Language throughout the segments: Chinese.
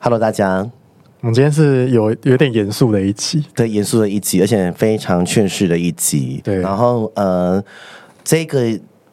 Hello，大家，我们今天是有有点严肃的一期，对严肃的一集，而且非常劝世的一集。对然后呃，这个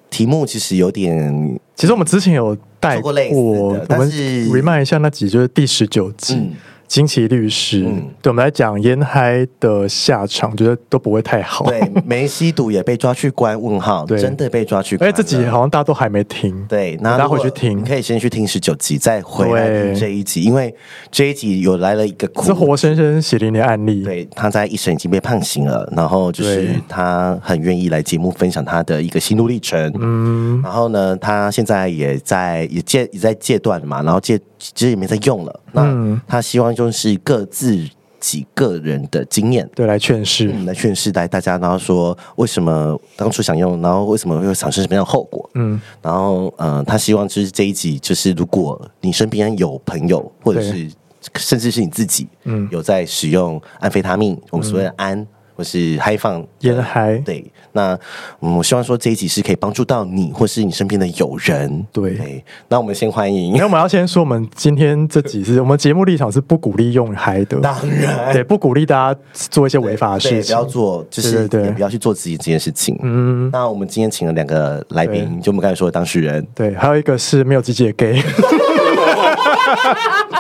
题目其实有点，其实我们之前有带做过，过类似的我但们是 remind 一下那集就是第十九集《嗯惊奇律师》嗯对，我们来讲烟嗨的下场，觉得都不会太好。 对，没吸毒也被抓去关，问号，对真的被抓去关而且哎了。这集好像大家都还没听，对，那大家如果回去听你，可以先去听十九集，再回来对听这一集，因为这一集有来了一个是苦。活生生血淋淋的案例。对，他在一审已经被判刑了，然后就是对他很愿意来节目分享他的一个心路历程。嗯，然后呢，他现在也在也戒也在戒断嘛，然后戒其实也没在用了。那他希望就是各自己个人的经验，对，来劝世。嗯，来劝世来大家，然后说为什么当初想用，然后为什么会产生什么样的后果？嗯，然后嗯、呃他希望就是这一集，就是如果你身边有朋友或者是甚至是你自己，嗯，有在使用安非他命，我们所谓的安、或是嗨放烟嗨对，那嗯，我希望说这一集是可以帮助到你或是你身边的友人。对那我们先欢迎因，为我们要先说，我们今天这几是我们节目立场是不鼓励用嗨的，当然对，不鼓励大家做一些违法的对事不情要。做，就对是对对也不要去做自己这件事情。嗯，那我们今天请了两个来对宾，就我们刚才说的当事人。对，还有一个是没有鸡鸡的 gay，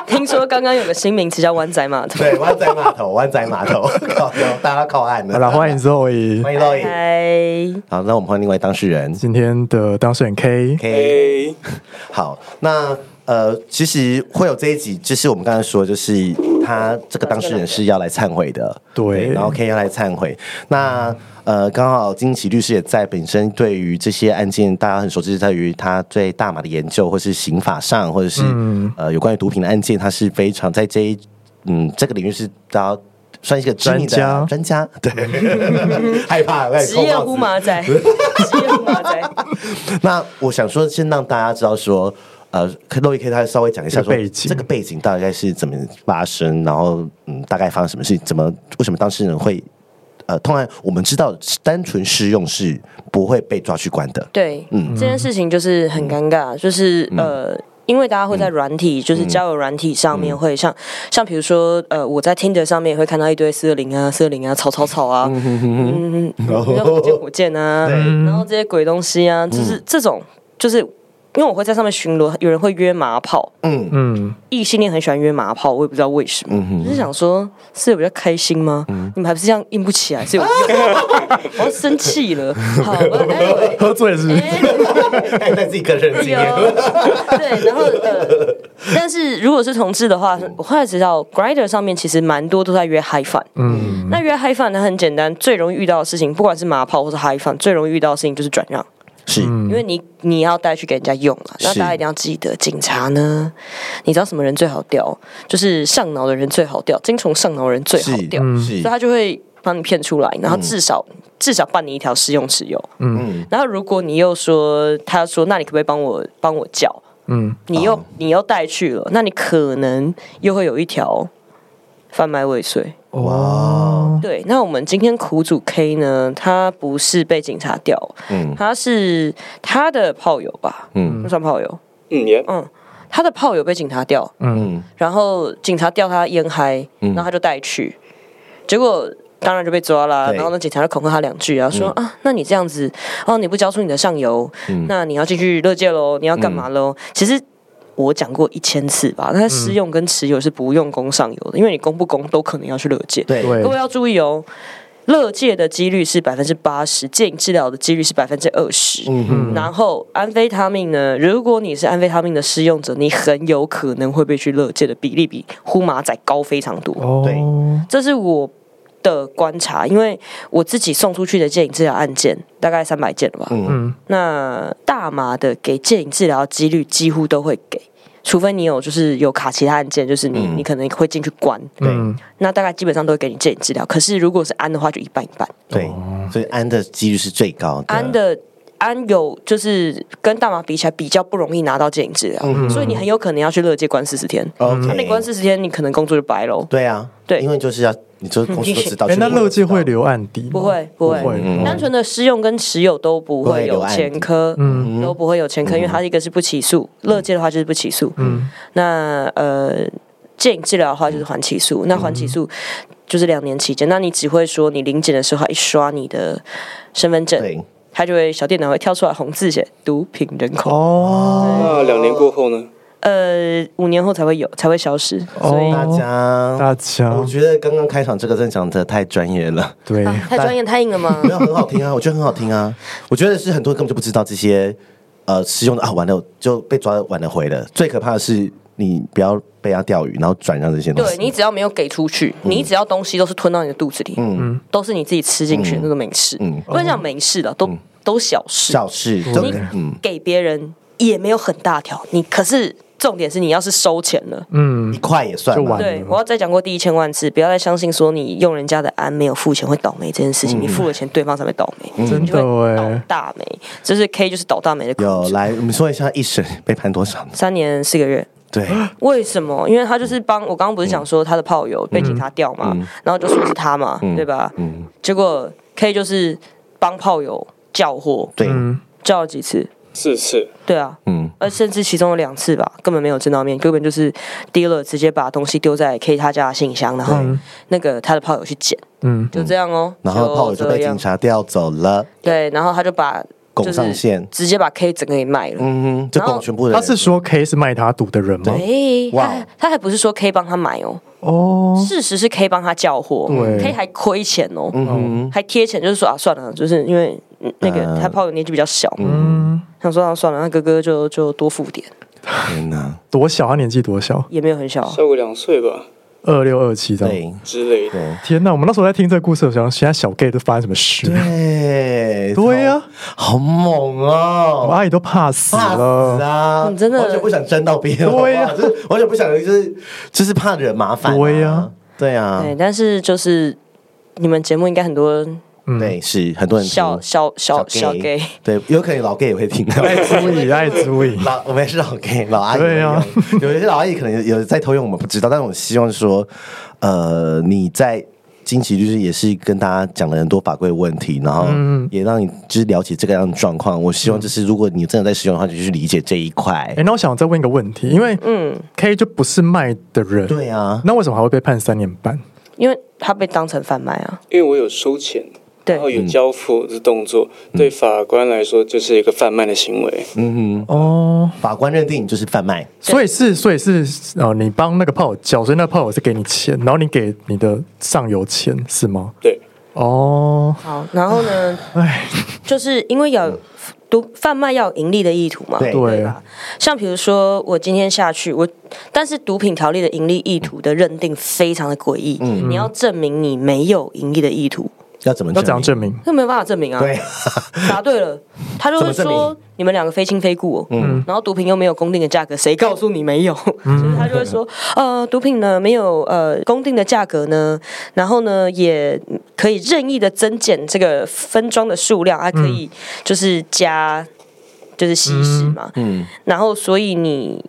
听说刚刚有个新名词叫湾仔码头。对，湾仔码头，湾仔码头，靠大家靠岸了。好了，欢迎 Zoe，欢迎 Zoe。嗨，好，那我们换另外当事人今天的当事人 K， K。好，那呃，其实会有这一集，就是我们刚才说，就是他这个当事人是要来忏悔的，对然后 K 要来忏悔。那呃，刚好金奇律师也在，本身对于这些案件，大家很熟知，在于他对大麻的研究，或是刑法上，或者是、嗯呃有关于毒品的案件，他是非常在这一嗯这个领域是大家。算是一个知名的专家专家对， 害怕，害怕职业呼麻仔，职业呼麻仔， 那我想说，先让大家知道说，呃，可洛伊可以他稍微讲一下这说个背景这个背景大概是怎么发生，然后嗯，大概发生什么事，怎么为什么当事人会呃，通常我们知道单纯试用是不会被抓去关的，对，这件事情就是很尴尬，就是呃。因为大家会在软体，就是交友软体上面会像、像比如说，呃，我在 Tinder 上面也会看到一堆四二零啊、四二零啊、草草草啊，嗯，然后火箭火箭啊，然后这些鬼东西啊，就是这种，就是因为我会在上面巡逻，有人会约马炮，嗯嗯，异性恋很喜欢约马炮，我也不知道为什么，嗯就是想说是有比较开心吗？你们还不是这样硬不起来，是有用吗， 我要生气了。好，我要哎喂喝醉是不是？哼，看在自己个人经验，有对，然后呃，但是如果是同志的话，嗯我后来知道 Grinder 上面其实蛮多都在约嗨饭。嗯，那约嗨饭它很简单，最容易遇到的事情，不管是马炮或是嗨饭，最容易遇到的事情就是转让。是嗯因为你你要带去给人家用了，那嗯是大家一定要记得，警察呢，你知道什么人最好调？就是上脑的人最好调，精虫上脑的人最好是调，嗯是所以他就会把你骗出来，然后至少、至少办你一条试用持有。嗯然后如果你又说，他说那你可不可以帮我帮我叫？嗯，你又、哦你又带去了，那你可能又会有一条贩卖未遂。哇，对，那我们今天苦主 K 呢，他不是被警察调，嗯他是他的炮友吧？嗯嗯，那算炮友。嗯，也嗯，他的炮友被警察调，嗯然后警察调他烟嗨，然后他就带去，结果。当然就被抓啦、对嗯然后呢，警察就恐吓他两句啊，说、啊，那你这样子，哦，你不交出你的上游，嗯那你要进去乐界喽，你要干嘛喽？其实我讲过一千次吧，那嗯私用跟持有是不用供上游的，因为你供不供都可能要去乐界。对对各位要注意哦，乐界的几率是百分之八十，戒瘾治疗的几率是百分之二十。嗯然后安非他命呢，如果你是安非他命的施用者，你很有可能会被去乐界的比例比呼麻仔高非常多。哦，对这是我的观察，因为我自己送出去的戒瘾治疗案件大概三百件了吧，嗯，那大麻的给戒瘾治疗几率几乎都会给。除非你有就是有卡其他案件，就是你、你可能会进去关，嗯，那大概基本上都会给你建议治疗。可是如果是安的话，就一半一半。对，哦所以安的几率是最高的。安的安有就是跟大麻比起来比较不容易拿到建议治疗，所以你很有可能要去乐界关四十天。 OK，那你关四十天，你可能工作就白喽。对啊，对因为就是要你 就公司都知道，哎，那就是乐界会留案底吗？不会不会不会嗯单纯的私用跟持有都不会有前科，嗯，都不会有前科，因为它一个是不起诉，乐界的话就是不起诉，嗯，那呃，戒瘾治疗的话就是缓起诉，那缓起诉就是两年期间，那你只会说你临检的时候，他一刷你的身份证，对，他就会小电脑会跳出来红字写毒品人口，哦，那两年过后呢？呃，五年后才会有才会消失，所以大家。哦大家我觉得刚刚开场这个真的讲的太专 业了，对，太专业太硬 了吗没？有很好听啊，我觉得很好听啊。我觉得是很多人根本就不知道这些呃使用的啊，完了就被抓晚了回了。最可怕的是你不要被他钓鱼，然后转让这些东对西。你只要没有给出去，嗯你只要东西都是吞到你的肚子里，嗯，都是你自己吃进去，那个没事，嗯不能讲没事的，都都小事。小事，就你嗯，给别人也没有很大条，你可是重点是你要是收钱了，嗯一，块也算就嘛完。对我要再讲过第一千万次，不要再相信说你用人家的安没有付钱会倒霉这件嗯事情，你付了钱对方才会倒霉，真你就的会倒哎，大霉，就是 K 就是倒大霉的苦有主，来，我们说一下一审被判多少？三年四个月。 对，为什么？因为他就是帮我刚刚不是讲说他的炮友被警察调嘛，嗯然后就说是他嘛，对吧？结果 K 就是帮炮友叫货，对，嗯，叫了几次？四次，对啊，嗯，呃，甚至其中有两次吧，根本没有见到面，根本就是 dealer 直接把东西丢在 K 他家的信箱，然后那个他的炮友去捡，嗯，就这样哦。然后炮友就被这样警察调走了，对，然后他就把拱上线，直接把 K 整个给卖了。嗯哼，就拱全部的人。他是说 K 是卖他赌的人吗？哎，他哇还他还不是说 K 帮他买哦，哦，事实是 K 帮他叫货对，K 还亏钱哦，嗯还贴钱，就是说啊，算了，就是因为嗯那个嗯他炮友年纪比较小嘛，嗯，想说啊算了，那哥哥就就多付点，哼，天哪，多小？他年纪多小？也没有很小啊，下个两岁吧二六二七这样。对之类的。天哪！我们那时候在听这个故事，我想现在小 gay 都发生什么事？啊对对啊呀，好猛我哦，阿姨都怕死怕死了。啊！嗯真的完全不想沾到别人，对呀好不好就是完全不想，就是就是怕惹麻烦啊，对呀对啊，对，但是就是你们节目应该很多嗯对，是很多人听小小小小 gay， 对，有可能老 gay 也会听。爱足以，爱足以。老我们也是老 gay 老阿姨，对啊有有一些老阿姨可能有有在偷用，我们不知道，但是我希望说，呃，你在惊奇律师也是跟大家讲了很多法规问题，然后嗯也让你就是了解这个样的状况。我希望就是如果你真的在使用的话，就去理解这一块。哎，那我想再问一个问题，因为嗯，K 就不是卖的人，对啊，那为什么还会被判三年半？因为他被当成贩卖啊，因为我有收钱，对然后有交付的动作，对法官来说就是一个贩卖的行为。嗯哼，哦，法官认定你就是贩卖，所以是，所以是，呃，你帮那个炮友缴，所以那个炮友是给你钱，然后你给你的上游钱是吗？对，哦，好，然后呢，哎，就是因为要毒贩卖要有盈利的意图嘛，对对，啊吧？像比如说，我今天下去，我但是毒品条例的盈利意图的认定非常的诡异，你要证明你没有盈利的意图，要怎么要怎样证证明？那没有办法证明啊。明？对，答对了，他就会怎么证说明你们两个非亲非故、哦，嗯，然后毒品又没有公定的价格，谁告诉你没有？ 所以他就会说，呃，毒品呢没有呃公定的价格呢，然后呢也可以任意的增减这个分装的数量，还可以就是加就是稀释嘛，嗯，然后所以你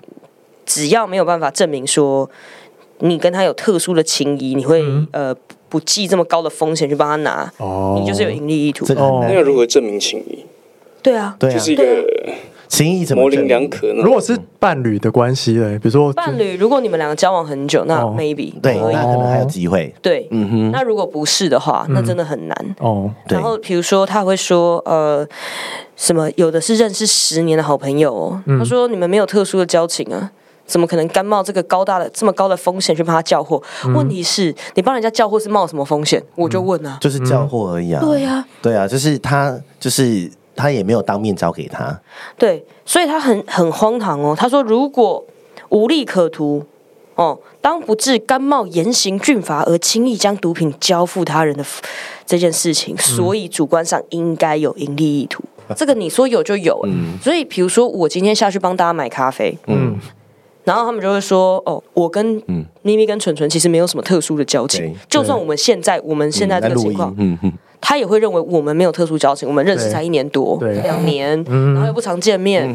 只要没有办法证明说你跟他有特殊的情谊，你会、呃不计这么高的风险去帮他拿，哦，你就是有盈利意图这。个很那难要如何证明情谊？对啊，对就啊是，一个情谊怎么模证明棱两？可呢如？果是伴侣的关系嘞，比如说伴侣，如果你们两个交往很久，那哦 maybe 对，可以那可能还有机会。对，那如果不是的话，那真的很难。哦，对然后比如说他会说，呃，什么有的是认识十年的好朋友哦，他说你们没有特殊的交情啊。怎么可能甘冒这个高大的这么高的风险去帮他叫货？问题是，你帮人家叫货是冒什么风险？我就问啊，就是交货而已啊。对啊，对啊，就是他，就是他也没有当面交给他，对，所以他很很荒唐哦。他说，如果无利可图，哦，当不治甘冒严刑峻法而轻易将毒品交付他人的这件事嗯情，所以主观上应该有盈利 意图。这个你说有就有、欸嗯所以比如说我今天下去帮大家买咖啡，嗯，然后他们就会说，哦，我跟咪咪跟纯纯其实没有什么特殊的交情嗯对，就算我们现在我们现在这个情况，嗯嗯，他也会认为我们没有特殊交情，我们认识才一年多、对两年，嗯然后又不常见面，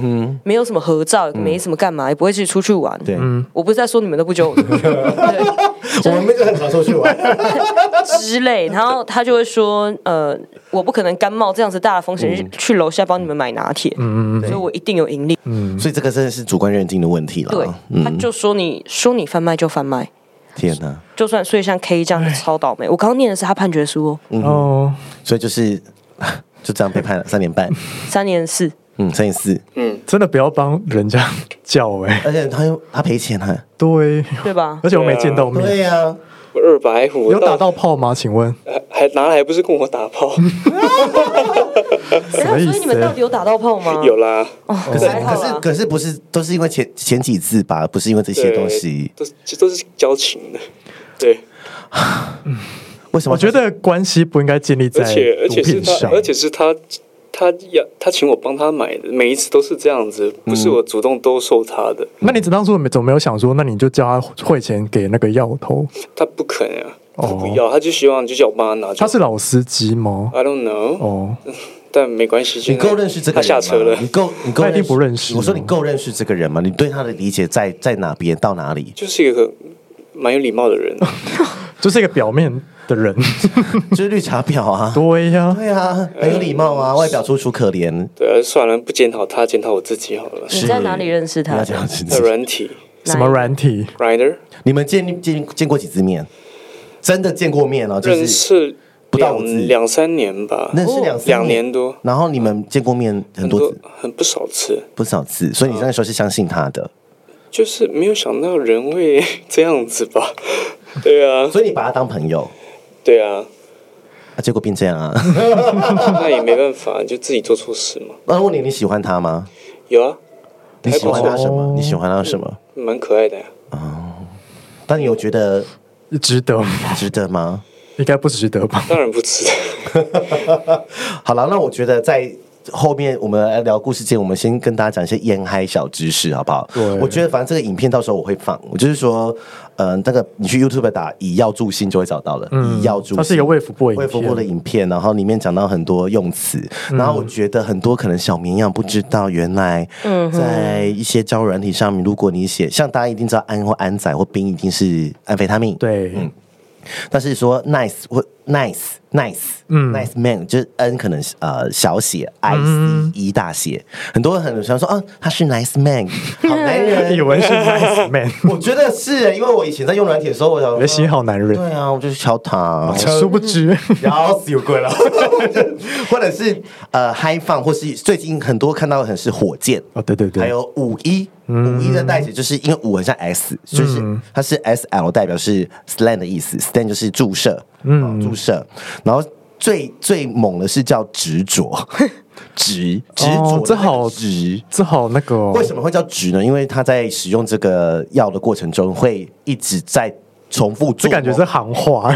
没有什么合照，也没什么干嘛，也不会去出去玩。对，嗯我不是在说你们都不揪我出去对我们就很常出去玩，之类，然后他就会说，呃，我不可能甘冒这样子大的风险、去去楼下帮你们买拿铁，嗯所以我一定有盈利。 所以这个真的是主观认定的问题对了。，他就说你说你贩卖就贩卖，天哪！就算所以像 K 这样是超倒霉。我刚刚念的是他判决书哦，嗯哦，所以就是 就这样被判了三年半，三年四，嗯，三年四，真的不要帮人家叫哎、 而且他又他赔钱啊哈。对，对吧而？且我没见到面，对啊呀，我二白虎有打到炮吗？请问还还拿来还不是跟我打炮？呃然后哎所以你们到底有打到炮吗？有啦，哦啊可是还好啊可啦是可是不是都是因为前前几次吧，不是因为这些对东西，都是这都是交情的，对，为什么？我觉得关系不应该建立在而且而毒且是品他上，，而且是他。他要他请我帮他买的，每一次都是这样子，不是我主动兜售他的，那你只当初没怎么没有想说，那你就叫他汇钱给那个药头？他不肯啊，他哦不要，他就希望就叫我帮他拿。他是老司机吗？ I don't know，、哦，但没关系，你现在够认识这个他人下车吗了你，够你够他一定不认识我说你够认识这个人吗？你对他的理解在在哪边到哪 里？就是一个蛮有礼貌 的人，就是一个表面的人，就是绿茶 婊啊，对呀、对啊，很有礼貌啊，外表楚楚可怜，对啊，算了，不检讨他，检讨我自己好了。嗯你在哪里认识不他要？这样子。的软体什么软体？ Rider 你们见见见过几次面？真的见过面了，就认是识不到五两次两三年吧，认识两三两年多，然后你们见过面很很多多次，很不少次，不少次，所以你那时候是相信他的，嗯就是没有想到人会 这样子吧？ 对啊，所以你把他当朋友，对啊，啊，结果变这样 啊。那也没办法，就自己做错事嘛。那问你，你喜欢他吗？有啊，你喜欢他什哦么？你喜欢他什么？蛮可爱的呀、但你有觉得值得吗？值得吗？应该不值得吧？当然不值得。好了，那我觉得在。后面我们来聊故事前，我们先跟大家讲一些烟嗨小知识，好不好？对我觉得反正这个影片到时候我会放，我就是说，嗯、那个你去 YouTube 打“以药助兴”就会找到了，以药助兴”嗯它是一个卫福部的卫影福部的片，嗯影片，然后里面讲到很多用词，然后我觉得很多可能小绵羊不知道，原来在一些交友软体上面，如果你写像大家一定知道安或安仔或冰一定是安非他命，对，但是说 nice 或 nice nice 嗯 nice man 就是 n 可能是呃小写 i 嗯 c e 大写，很多人很想说啊他是 nice man 好 男人以，为是 nice man，我觉得是，因为我以前在用软体的时候，我想你说的心好男人，对啊，我就是敲 他，殊不知咬死有鬼了， 或者是呃嗨放，或是最近很多看到的很是火箭。哦，对对对，还有五一，五一的嗯代指就是因为五很像 S，就是它是 S L 代表是 slant 的意思，slant 就是注射，嗯，注射。然后最最猛的是叫执 着，执执着的那哦个，这好执。这好那个、哦为，什么会叫执呢？因为他在使用这个药的过程中，会一直在重复这做，感觉是行话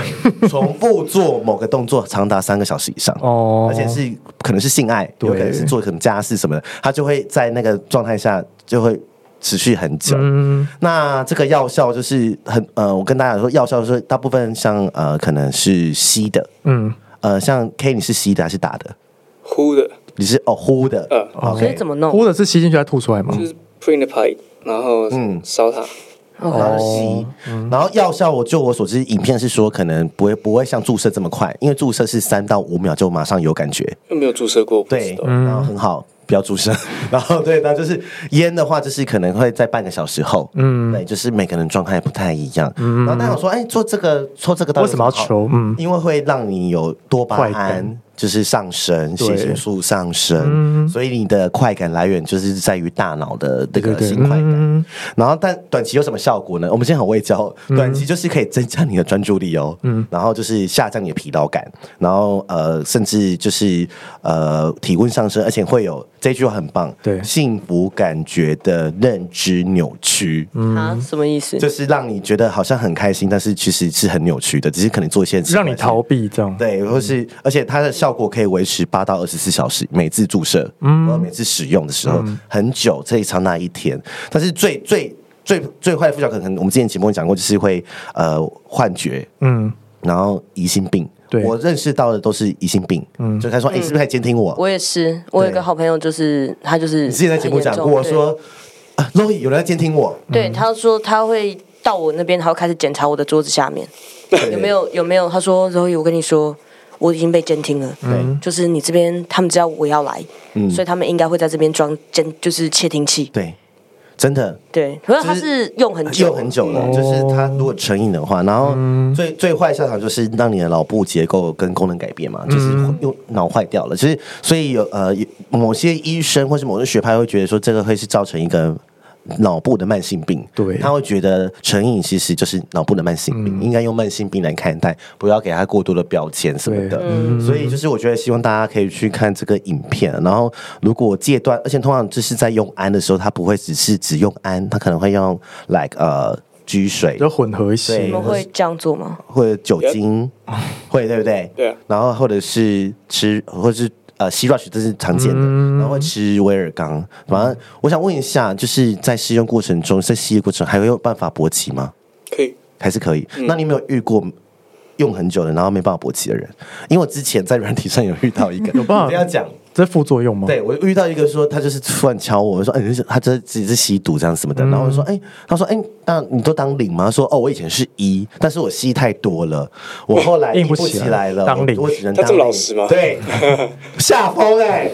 重复做某个动作长达三个小时以上。哦，而且是可能是性爱，有对可能是做可能家事什么的，他就会在那个状态下就会持续很久。嗯那这个药效就是很呃，我跟大家说，药效就是大部分像呃，可能是吸的，嗯，呃，像 K 你是吸的还是打的？ 呼的，你是哦呼的，呃，所以怎么弄？或者是吸进去再吐出来吗？就是 print the pie，然后嗯烧它。然后哦吸，嗯然后药效我就我所知，影片是说可能不会不会像注射这么快，因为注射是三到五秒就马上有感觉，又没有注射过，不知对道，。嗯然后很好，不要注射。 然后对，那就是烟的话，就是可能会在半个小时后，嗯，对，就是每个人状态不太一样。然后大家有说，哎，做这个抽这个到嗯底为什么要好抽嗯因为会让你有多巴快胺感。就是上升，对嗯血清素上升，所以你的快感来源就是在于大脑的这个对对新快感。嗯然后，但短期有什么效果呢？我们今天很会教，短期就是可以增加你的专注力哦，嗯，然后就是下降你的疲劳感，然后呃，甚至就是呃体温上升，而且会有这句话很棒，对幸福感觉的认知扭曲，嗯啊，什么意思？就是让你觉得好像很开心，但是其实是很扭曲的，只是可能做一些很奇怪让的你事逃避这样。对，或是而且它的效果可以维持八到二十四小时，每次注射，嗯，每次使用的时候、很久，这一长达一天。但是最最最最坏的副作用，可能我们之前节目讲过，就是会呃幻觉，嗯，然后疑心病。对我认识到的都是疑心病，嗯，就他说，哎、你是不是在监听我？我也是，我有一对个好朋友，就是他就是你之前在节目讲很严过，重说嗯啊，Loy 有人在监听我，对，对他说他会到我那边，他会开始检查我的桌子下面 有没有有没有，他说然后我跟你说。我已经被监听了，嗯就是你这边，他们知道我要来，所以他们应该会在这边装监，就是窃听器，对，真的对，可是他就是是用很久，用很久哦了，就是它如果成瘾的话，然后嗯最最坏下场就是让你的脑部结构跟功能改嗯变嘛，就是用脑坏掉了。就是所以有呃有某些医生或是某些学派会觉得说，这个会是造成一个。脑部的慢性病，对嗯他会觉得成瘾其实就是脑部的慢性病，应该用慢性病来看待，不要给他过多的标签什么的。对所以就是我觉得希望大家可以去看这个影片，然后如果戒断，而且通常就是在用安的时候，它不会只是只用安，它可能会用 like 呃居水比较混合一些你对们会这样做吗？或者酒精，会对不对？对啊然后或者是吃，或者是。呃，C rush 这是常见的，然后会吃威尔刚。反正我想问一下，就是在试用过程中，在吸的过程，还会有办法勃起吗？可以还是可以。嗯那你有没有遇过用很久的，然后没办法勃起的人？因为我之前在软体上有遇到一 个，有办法不要讲。这副作用吗？对我遇到一个说，他就是突然敲我，我说，哎、你是他这自己是吸毒这样什么嗯的，然后我说，哎、他说，哎、那你都当零吗？他说，哦，我以前是一，但是我吸太多了，我后来硬不不起来来了，当零我我只能他当这么老零实吗 对，吓疯嘞，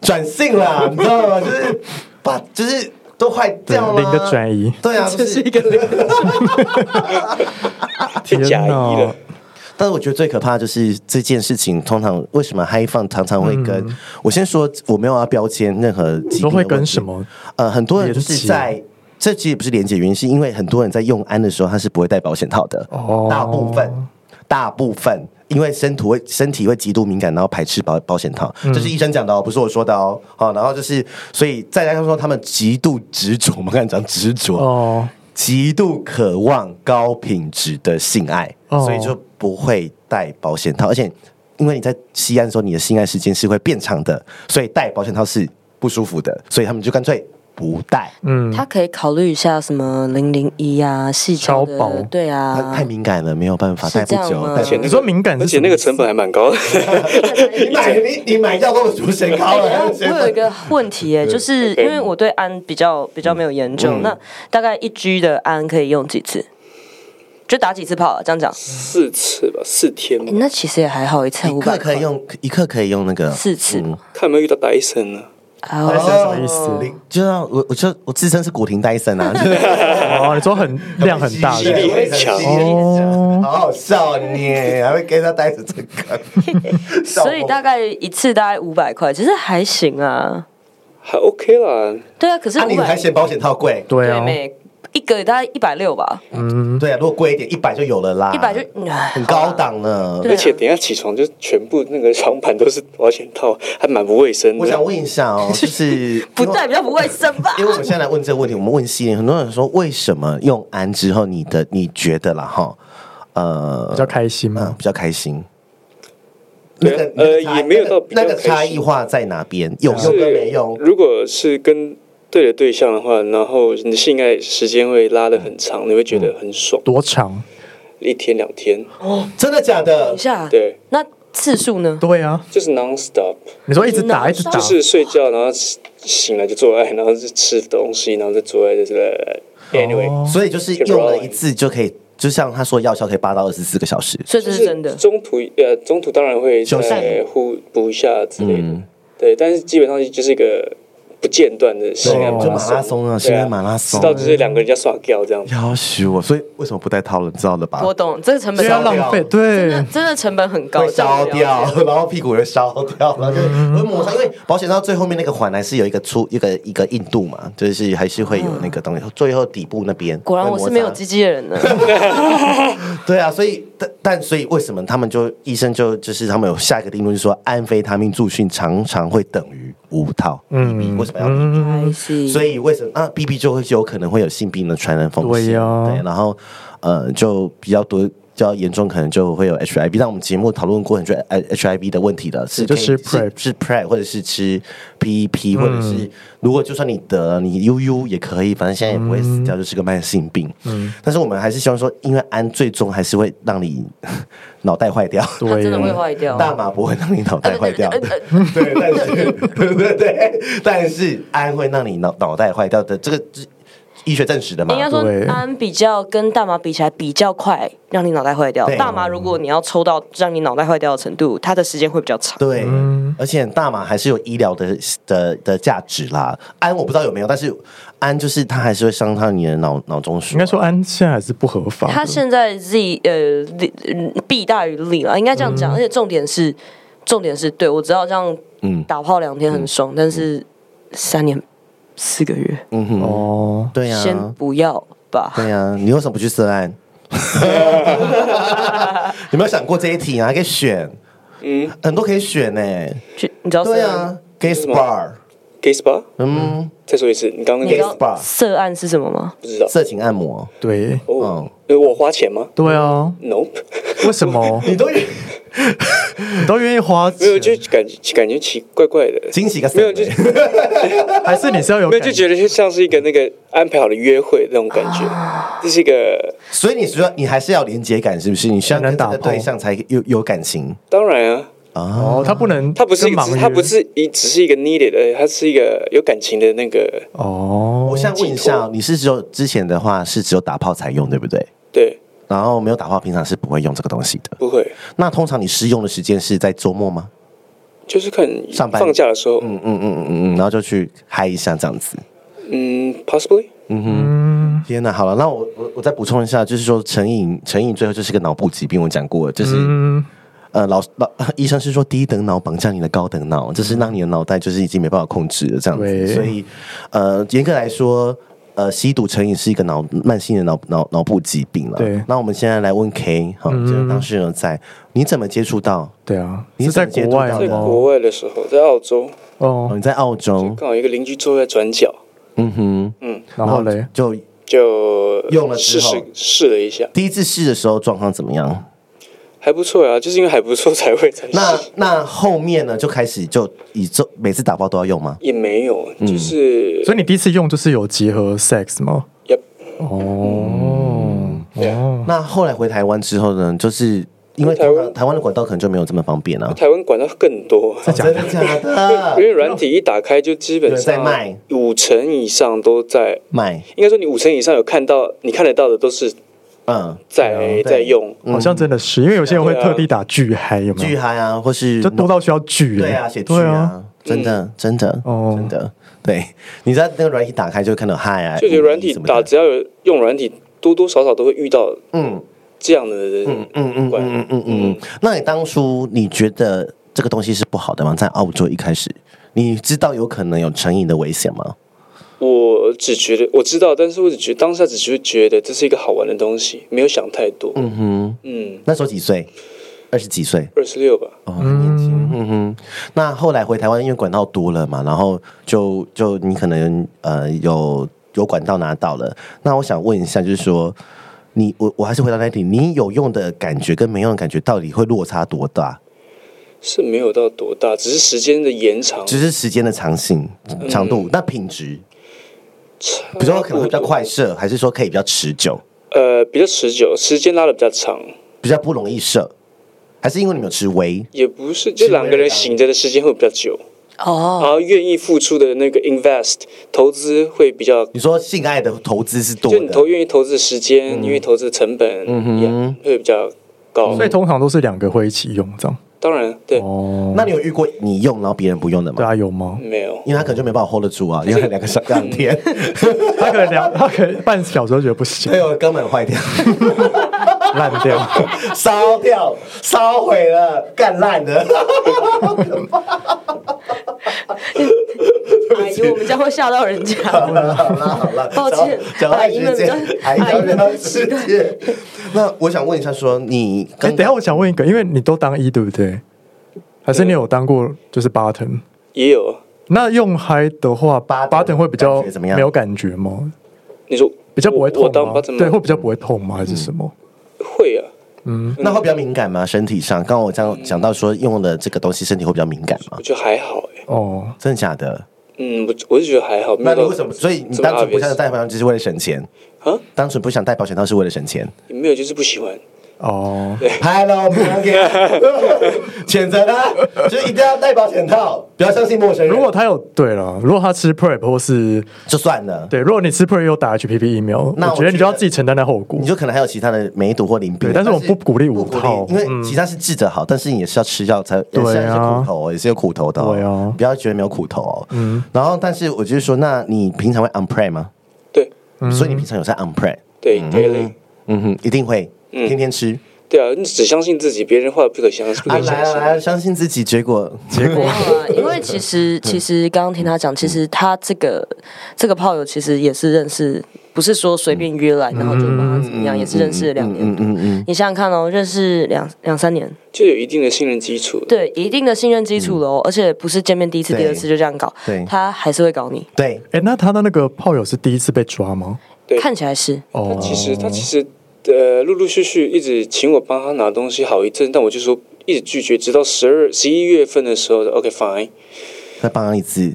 转性啦，你知道吗？就是把就是都坏掉了，啊对零的转移对 啊，这是一个零。太假意了，但是我觉得最可怕的就是这件事情，通常为什么嗨放常常会跟、我先说，我没有要标签任何疾病的嗯都会问题跟什么？呃，很多人就连是结在。这其实不是连接原因，是因为很多人在用安的时候，他是不会戴保险套的。哦大部分，大部分，因为身体会身体会极度敏感，然后排斥保保险套，嗯这是医生讲的哦，不是我说的哦。好、然后就是，所以再加上说他们极度执着，我们刚才讲执着，哦，极度渴望高品质的性爱，哦所以就不会戴保险套，而且因为你在西安的时候，你的性爱时间是会变长的，所以戴保险套是不舒服的，所以他们就干脆不戴，嗯，他可以考虑一下什么零零一啊、细超胶薄的，对它啊太，敏感了，没有办法是戴不这样久吗。戴而且你说敏感而是且什么意思，那个成本还蛮高的。你买你你买药跟我说身高 哎 了，我有一个问题哎，就是因为我对氨比较比较没有研究，嗯那大概一 G 的氨可以用几次？就打几次炮、啊？这样讲、四次吧，四天吧哎，那其实也还好，一次一五克百可以用一克可以用那个嗯四次嘛。哦看有没有遇到戴森呢？戴森哦，什么意思？就像我我就我自称是古亭戴森 啊，就是哦，你说 很量很大吸力的，很强哦好好笑你，还会跟他带着这个， 所以大概一次大概五百块，其实还行啊。还 OK 啦，对啊，可是那、啊、五你还百、嫌保险套贵？对对啊，每一个大概一百六吧，嗯对啊，如果贵一点，一百就有了啦，一百就哎啊很高档了。对啊而且等一下起床就全部那个床盘都是保险套，还蛮不卫生的。我想问一下 哦，就是不代。表不卫生吧因为？因为我们现在来问这个问题，我们问西林，很多人说为什么用安之后，你的你觉得啦哈，呃，比较开心嗯嘛。比较开心。对那个那个呃差也没有到比较那个开心差异化在哪边？有是用跟没用？如果是跟对的对象的话，然后你的性爱时间会拉得很长，你会觉嗯得很爽，多长？一天两天，嗯真的假的等一？下，对，那次数呢？对啊，就是 non stop，你说一直打，一直打嗯就，是睡觉，然后醒来就做爱，然后就吃东西，然后再做爱，就是来 anyway，、所以就是用了一次就可以，就像他说药效可以八到二十四个小时。所以这就是真的。中途呃，中途当然会休息再互补一下之类的，嗯对，但是基本上就是一个不间断的性爱对马就拉马松，拉松啊对性爱马拉松直到就是两个人家耍掉这样。要死我！所以为什么不带套了？你知道了吧我懂，这个成不本要很啊浪费，对，真的成本很高，会烧这样掉我了解，然后屁股会烧掉，然后就会摩擦。因为保险到最后面那个环还是有一个粗一个一个硬度嘛，就是还是会有那个东西。最后底部那边果然我是没有会摩鸡鸡的人呢。擦对啊，所以但但所以为什么他们就医生就就是他们有下一个定论，就是说安非他命助训常常会等于无套 BB，为什么要还是嗯所以为什么啊？BB 就会有可能会有性病的传染风险，对呀对，然后呃就比较多。比较严重，可能就会有 HIV。但我们节目讨论过很多 HIV 的问题的，是就可以吃是 PrEP 是 PrEP，或者是吃嗯 PEP，或者是如果就算你得了，你 UU 也可以，反正现在也不会死掉，就是个慢性病。嗯，但是我们还是希望说，因为氨最终还是会让你 脑袋坏掉，它真对的会坏掉。大麻不会让你脑袋坏掉呃。呃呃 对，但是对对对，但是安会让你脑脑袋坏掉的，这个是医学证实的嘛应？该说对安比较跟大麻比起来比较快，让你脑袋坏掉对。大麻如果你要抽到让你脑袋坏掉的程度，它的时间会比较长。对，嗯而且大麻还是有医疗的的的价值啦。安我不知道有没有，但是安就是它还是会伤到你的脑脑中枢。应该说安现在还是不合法嗯的，它现在 Z 呃利嗯弊大于利了，应该这样讲。而且重点是，重点是对我知道这样嗯打炮两天很爽，但是三年四个月，嗯哼，哦，对呀、先不要吧。对呀、你为什么不去涉 案？有没有想过这一题啊？还可以选，嗯很多可以选呢、就你知道对色啊案， ，gay spa， ，gay spa，嗯，再说一次，你刚刚你那知个道 Yes, bar 色案是什么吗？不知道色情按摩，对哦嗯，呃我花钱吗对啊， ？Nope，为什么你都愿意你都愿意花没有，钱？就感觉感觉奇怪怪的， 惊喜个没有就 还是你是要有没有感就觉得就像是一个那个安排好的约会那种感啊觉，这是一个所以你说你还是要连接感，是不是？你需要跟这个对象才有有感情当然啊，啊？哦，他不能，它不是一个盲约，它不是一只是一个 needed 的，它是一个有感情的那个，哦，我想问一下，你是只有之前的话是只有打炮才用，对不对？对，然后没有打炮，平常是不会用这个东西的。不会，那通常你试用的时间是在周末吗？就是看上班放假的时候，嗯嗯嗯嗯嗯，然后就去嗨一下这样子。嗯，possibly，嗯，天哪，好了，那我我我再补充一下，就是说成瘾，成瘾最后就是个脑部疾病，我讲过了，就是、嗯，呃老老 医生是说低等脑绑架你的高等脑，就是让你的脑袋就是已经没办法控制了这样对子，所以呃严格来说。呃，吸毒成瘾是一个脑慢性的脑脑脑部疾病了。对嗯那我们现在来问 K 哈，就是当事人在，你怎么接触到？对啊，你是在怎国么外接在触到吗？国外的时候，在澳洲，哦，哦，你在澳洲，刚好一个邻居坐在转角，嗯哼，嗯，然后嘞，就就用了之试后试试了一下，第一次试的时候状况怎么样？还不错啊，就是因为还不错才会才那试，那后面呢，就开始就以这每次打包都要用吗？也没有，嗯就是所以你第一次用就是有结合 sex 吗？也哦，哦，那后来回台湾之后呢，就是因为台台湾湾台湾的管道可能就没有这么方便 啊。台湾管道更多。 真的假的因？为软体一打开，就基本有人在上卖五成以上都在，卖，应该说你五成以上有看到，你看得到的都是嗯，在对在用，好像真的是，因为有些人会特地打巨嗨，有没巨有？嗨啊，或是就多到需要巨，对啊，哎写剧对啊，啊，真的嗯真的哦真的，对，你在那个软体打开就会看到嗨啊，就觉得软体什么打的只要有用软体，多多少少都会遇到嗯这样的人。嗯嗯嗯管嗯嗯嗯嗯。那你当初你觉得这个东西是不好的吗？在澳洲一开始，你知道有可能有成瘾的危险吗？我只觉得我知道，但是我只觉得当下只是觉得这是一个好玩的东西，没有想太多。嗯哼，嗯，那时候几岁？二十几岁二十六吧，哦，很年轻。嗯哼，那后来回台湾，因为管道多了嘛，然后就就你可能呃有有管道拿到了。那我想问一下，就是说你我我还是回到那一题，你有用的感觉跟没用的感觉到底会落差多大？是没有到多大，只是时间的延长，只是时间的长性嗯长度，那品质比比如说可能会比较，快射，还是说可以比较持久，呃，比较持久，时间拉的比较长，比较不容易射，还是因为你们有吃维？也不是，就两个人醒着的时间会比较久，然哦，后愿意付出的那个 invest 投资会比较，你说性爱的投资是多就你投的，嗯愿意投资的时间，愿意投资的成本，嗯会比较高所。以通常都是两个会一起用这样。当然，对，哦，那你有遇过你用然后别人不用的对吗？啊，有吗？没有，因为他可能就没办法 hold 得住啊，因为他两个小两天， 他可能两， 他可能半小时都觉得不行 所以，我根本坏掉， 烂掉。烧掉，烧毁了，干烂了。 I 感哎觉我们这样会吓到人家。好啦好啦好啦， 抱歉讲到阿爱姨之们比较间， 还阿姨要们比聊较世奇怪界。那我想问一下说你哎、刚等一下我想问一个，因为你都当一对不对？还是你有当过就是 button？也有。那用嗨的话 button ，button 会比较感觉怎么样没有感觉吗？你说比较不会我我痛当吗？ button 吗对，会比较不会痛吗？还是什么？会啊，那会比较敏感吗？身体上，刚刚我这样讲到说用的这个东西，身体会比较敏感吗我？觉得还好哎、嗯哦，真的假的？嗯，我我就觉得还好。没那有你到为什么？所以你这么单纯不 obvious 想戴保险，就是为了省钱？啊？单纯不想戴保险套是为了省钱？也没有，就是不喜欢。哦，拍了，我们两个谴责他，就是一定要戴保险套，不要相信陌生人。如果他有对了，如果他吃 prep 或是就算了，对，如果你吃 prep 有打 HPV 疫苗，那我我觉得你就要觉得自己承担那后果你。就可能还有其他的梅毒或淋病对，但是我们不鼓励不无鼓励套因为其他是治得好，但是你也是要吃药才，也是对要啊有苦头哦，也是有苦头的哦，对啊不要觉得没有苦头哦。嗯，然后但是我就是说，那你平常会 on pray 吗？对所以你平常有在 on pray？对，daily，嗯哼，一定会，嗯天天吃。对啊，你只相信自己，别人话不可相信，不啊，可相来啊信。来啊，相信自己，结 果结没有果啊，因为其实嗯其实刚刚听他讲，其实他这个这个炮友其实也是认识，不是说随便约来，然后就把他怎么嗯样，也是认识了两年多。你想想看哦，认识两两三年，就有一定的信任基础。对，一定的信任基础了哦，而且不是见面第一次、对第二次就这样搞嗯对，他还是会搞你。对，哎、那他的那个炮友是第一次被抓吗？对看起来是，哦，其实他其实呃，陆陆续续一直请我帮他拿东西好一阵，但我就说一直拒绝，直到十二十一月份的时候，OK fine，再帮他一次，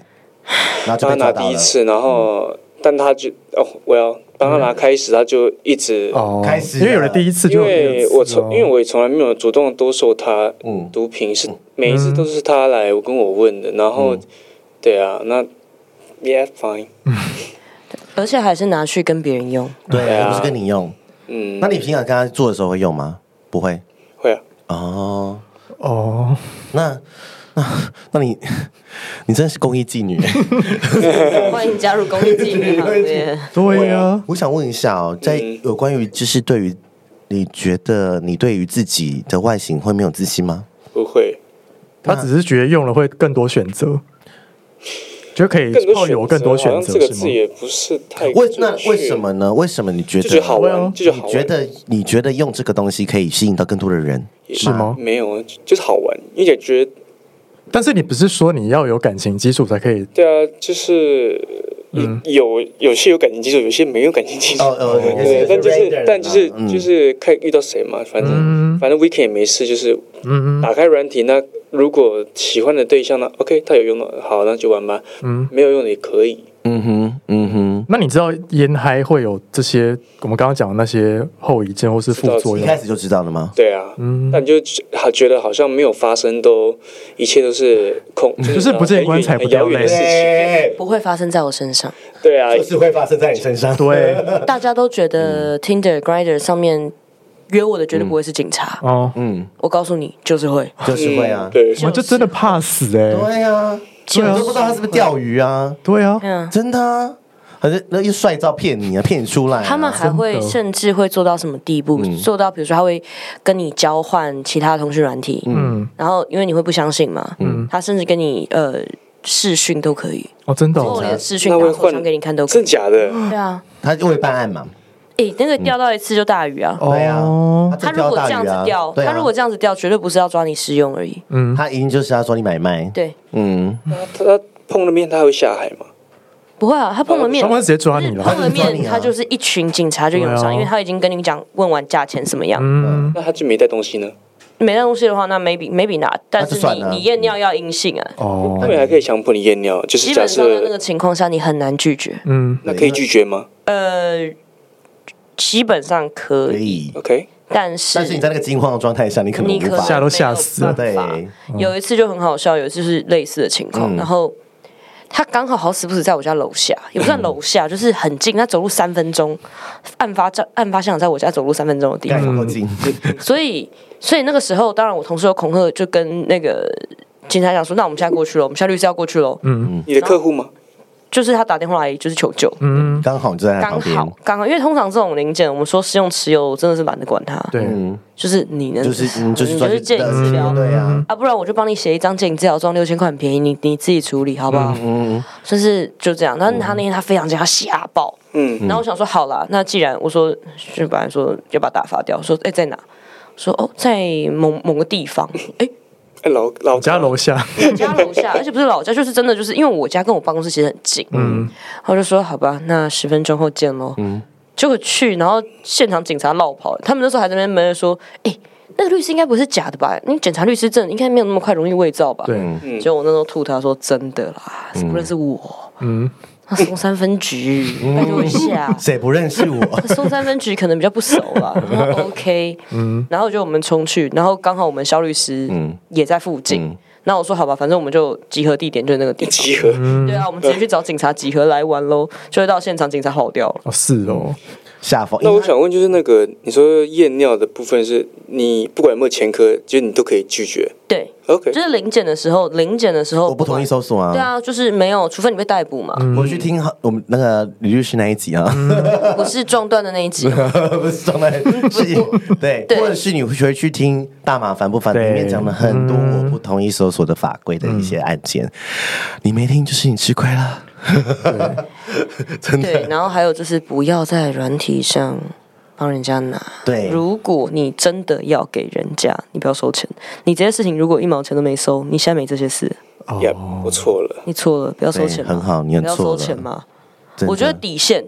然后就帮他被抓到拿第一了。次，然后、嗯但他就哦，我要帮他拿开始，他就一直。哦，开始了啊因为有了第一次就因有第为二次我从，哦因为我也从来没有主动兜售他嗯毒品，是每一次都是他来我跟我问的，然嗯后，对啊，那 yeah fine，而且还是拿去跟别人用。对对啊，啊不是跟你用。嗯那，你平常跟他做的时候会用吗？不会。会啊，哦，哦，那那那你你真的是公益妓女。欸欢迎加入公益妓女行列。对啊呀、 我想问一下哦，在嗯有关于就是对于你觉得你对于自己的外形会没有自信吗？不会，他只是觉得用了会更多选择，就可以更多炮友更多选好像择这个是字吗？也不是太为准那确为什么呢？为什么你觉就觉得好得？会玩哦，就觉得好你玩，觉得你觉得用这个东西可以吸引到更多的人？是吗？没有，啊就是好玩，因为觉得但是你不是说你要有感情基础才可以？对啊，就是嗯有有些有感情基础，有些没有感情基础。哦哦，有些对，但就 random 是啊但就是嗯就是看遇到谁嘛，反正反正 weekend 也没事，就是嗯嗯打开软体，那如果喜欢的对象呢，OK，他有用的，好，那就玩吧。嗯。没有用的也可以。嗯哼嗯哼。那你知道烟嗨会有这些我们刚刚讲的那些后遗症或是副作一用？开始就知道了吗？对啊，嗯但你就好觉得好像没有发生，都一切都是空， 就是不见棺材很不掉遥远的泪事情。不会发生在我身上。 对啊，哎是会发生在你身上。对，大家都觉得 Tinder、Grinder 上面约我的绝对不会是警察，哦，嗯，我告诉你，就是会。就是会啊嗯。对，我就真的怕死哎、对啊，就我都不知道他是不是钓鱼啊，对啊，嗯，真的啊，反正那又帅照骗你啊，骗你出来啊。他们还会真的甚至会做到什么地步？做到比如说他会跟你交换其他通讯软体，嗯，然后因为你会不相信嘛，他甚至跟你呃视讯都可以，哦，真的、我哦，连视讯那打会手换枪给你看都可真以。假的？对啊，他就会办案嘛。诶，那个钓到一次就大鱼啊！对啊哦，真他的如钓果大这样鱼子啊钓，对啊他如果这样子钓，绝对不是要抓你试用而已。嗯他一定就是要说你买卖。对，嗯，那他他碰了面，他还会下海吗？不会啊，他碰了面他，们直接抓就是你了，碰了抓你面，啊他就是一群警察就涌对啊上，因为他已经跟你讲问完价钱什么样，嗯，那他就没带东西呢？没那东西的话，那 maybe maybe 拿，但那就是算你了嗯你验尿要阴性啊，哦他，们还可以强迫你验尿，就是基假本上在那个设情况下你很难拒绝，嗯，那可以拒绝吗呃，基本上可可以，以。 ？OK，但是但是你在那个惊慌的状态下，你可能你无可能吓法。都吓死了没有办法对嗯有一次就很好笑，有一次是类似的情况，然后他刚好好死不死在我家楼下，也不嗯算楼下，就是很近，他走路三分钟，案发在案发现场在我家走路三分钟的地盖方，头巾，所以所以那个时候，当然我同事有恐吓，就嗯跟那个警察讲说，那我们现在过去了，我们现在律师要过去喽。你的客户吗？就是他打电话来就是求救，嗯，刚好你就在他刚旁边，好刚好，因为通常这种零件，我们说试用持有，我真的是懒得管它，对，嗯，就是你能就是你你就是就是借你治疗。对啊，啊，不然我就帮你写一张借你治疗装六千块，很便宜，你你自己处理好不好？嗯，就是就这样。但是他那天他非常惊，他吓爆。嗯，然后我想说，好啦，那既然我说就本来说要把它打发掉，说哎、在哪？说哦在某某个地方，哎、哎，老老我家楼下，我家 楼下，而且不是老家，就是真的就是因为我家跟我办公室其实很近，嗯，然后就说好吧，那十分钟后见喽。嗯，结果去，然后现场警察绕跑，他们那时候还在那边闷着说，哎、那个律师应该不是假的吧？你检查律师证应该没有那么快容易伪造吧？。嗯对，结果我那时候吐他说真的啦，不认识我，嗯，他松山分局，拜托一下。谁不认识我？ 松山分局可能比较不熟啦然后，OK，嗯，然后就我们冲去，然后刚好我们肖律师也在附近，那、我说好吧，反正我们就集合地点就是那个地方， 集合，对啊，我们直接去找警察集合来玩喽，就会到现场，警察跑掉了，哦是哦，下风，那我想问，就是那个你说验尿的部分是，你不管有没有前科，就是你都可以拒绝。对， OK，就是临检的时候，临检的时候我不同意管搜索啊，对啊，就是没有，除非你被逮捕嘛，我去听我们那个李律师那一集啊，嗯不是撞断的那一集， 不是张在是，对，对或者是你会去听《大麻烦不烦》对里面讲了很多嗯我不同意搜索的法规的一些案件，你没听就是你吃亏了， 真对，的，然后还有就是不要在软体上帮人家拿。对，如果你真的要给人家，你不要收钱。你这些事情如果一毛钱都没收，你现在没这些事，哦呀，我错了。 你错了，不要收对钱嘛。很好你很不要错收了钱嘛。真的我觉得底线，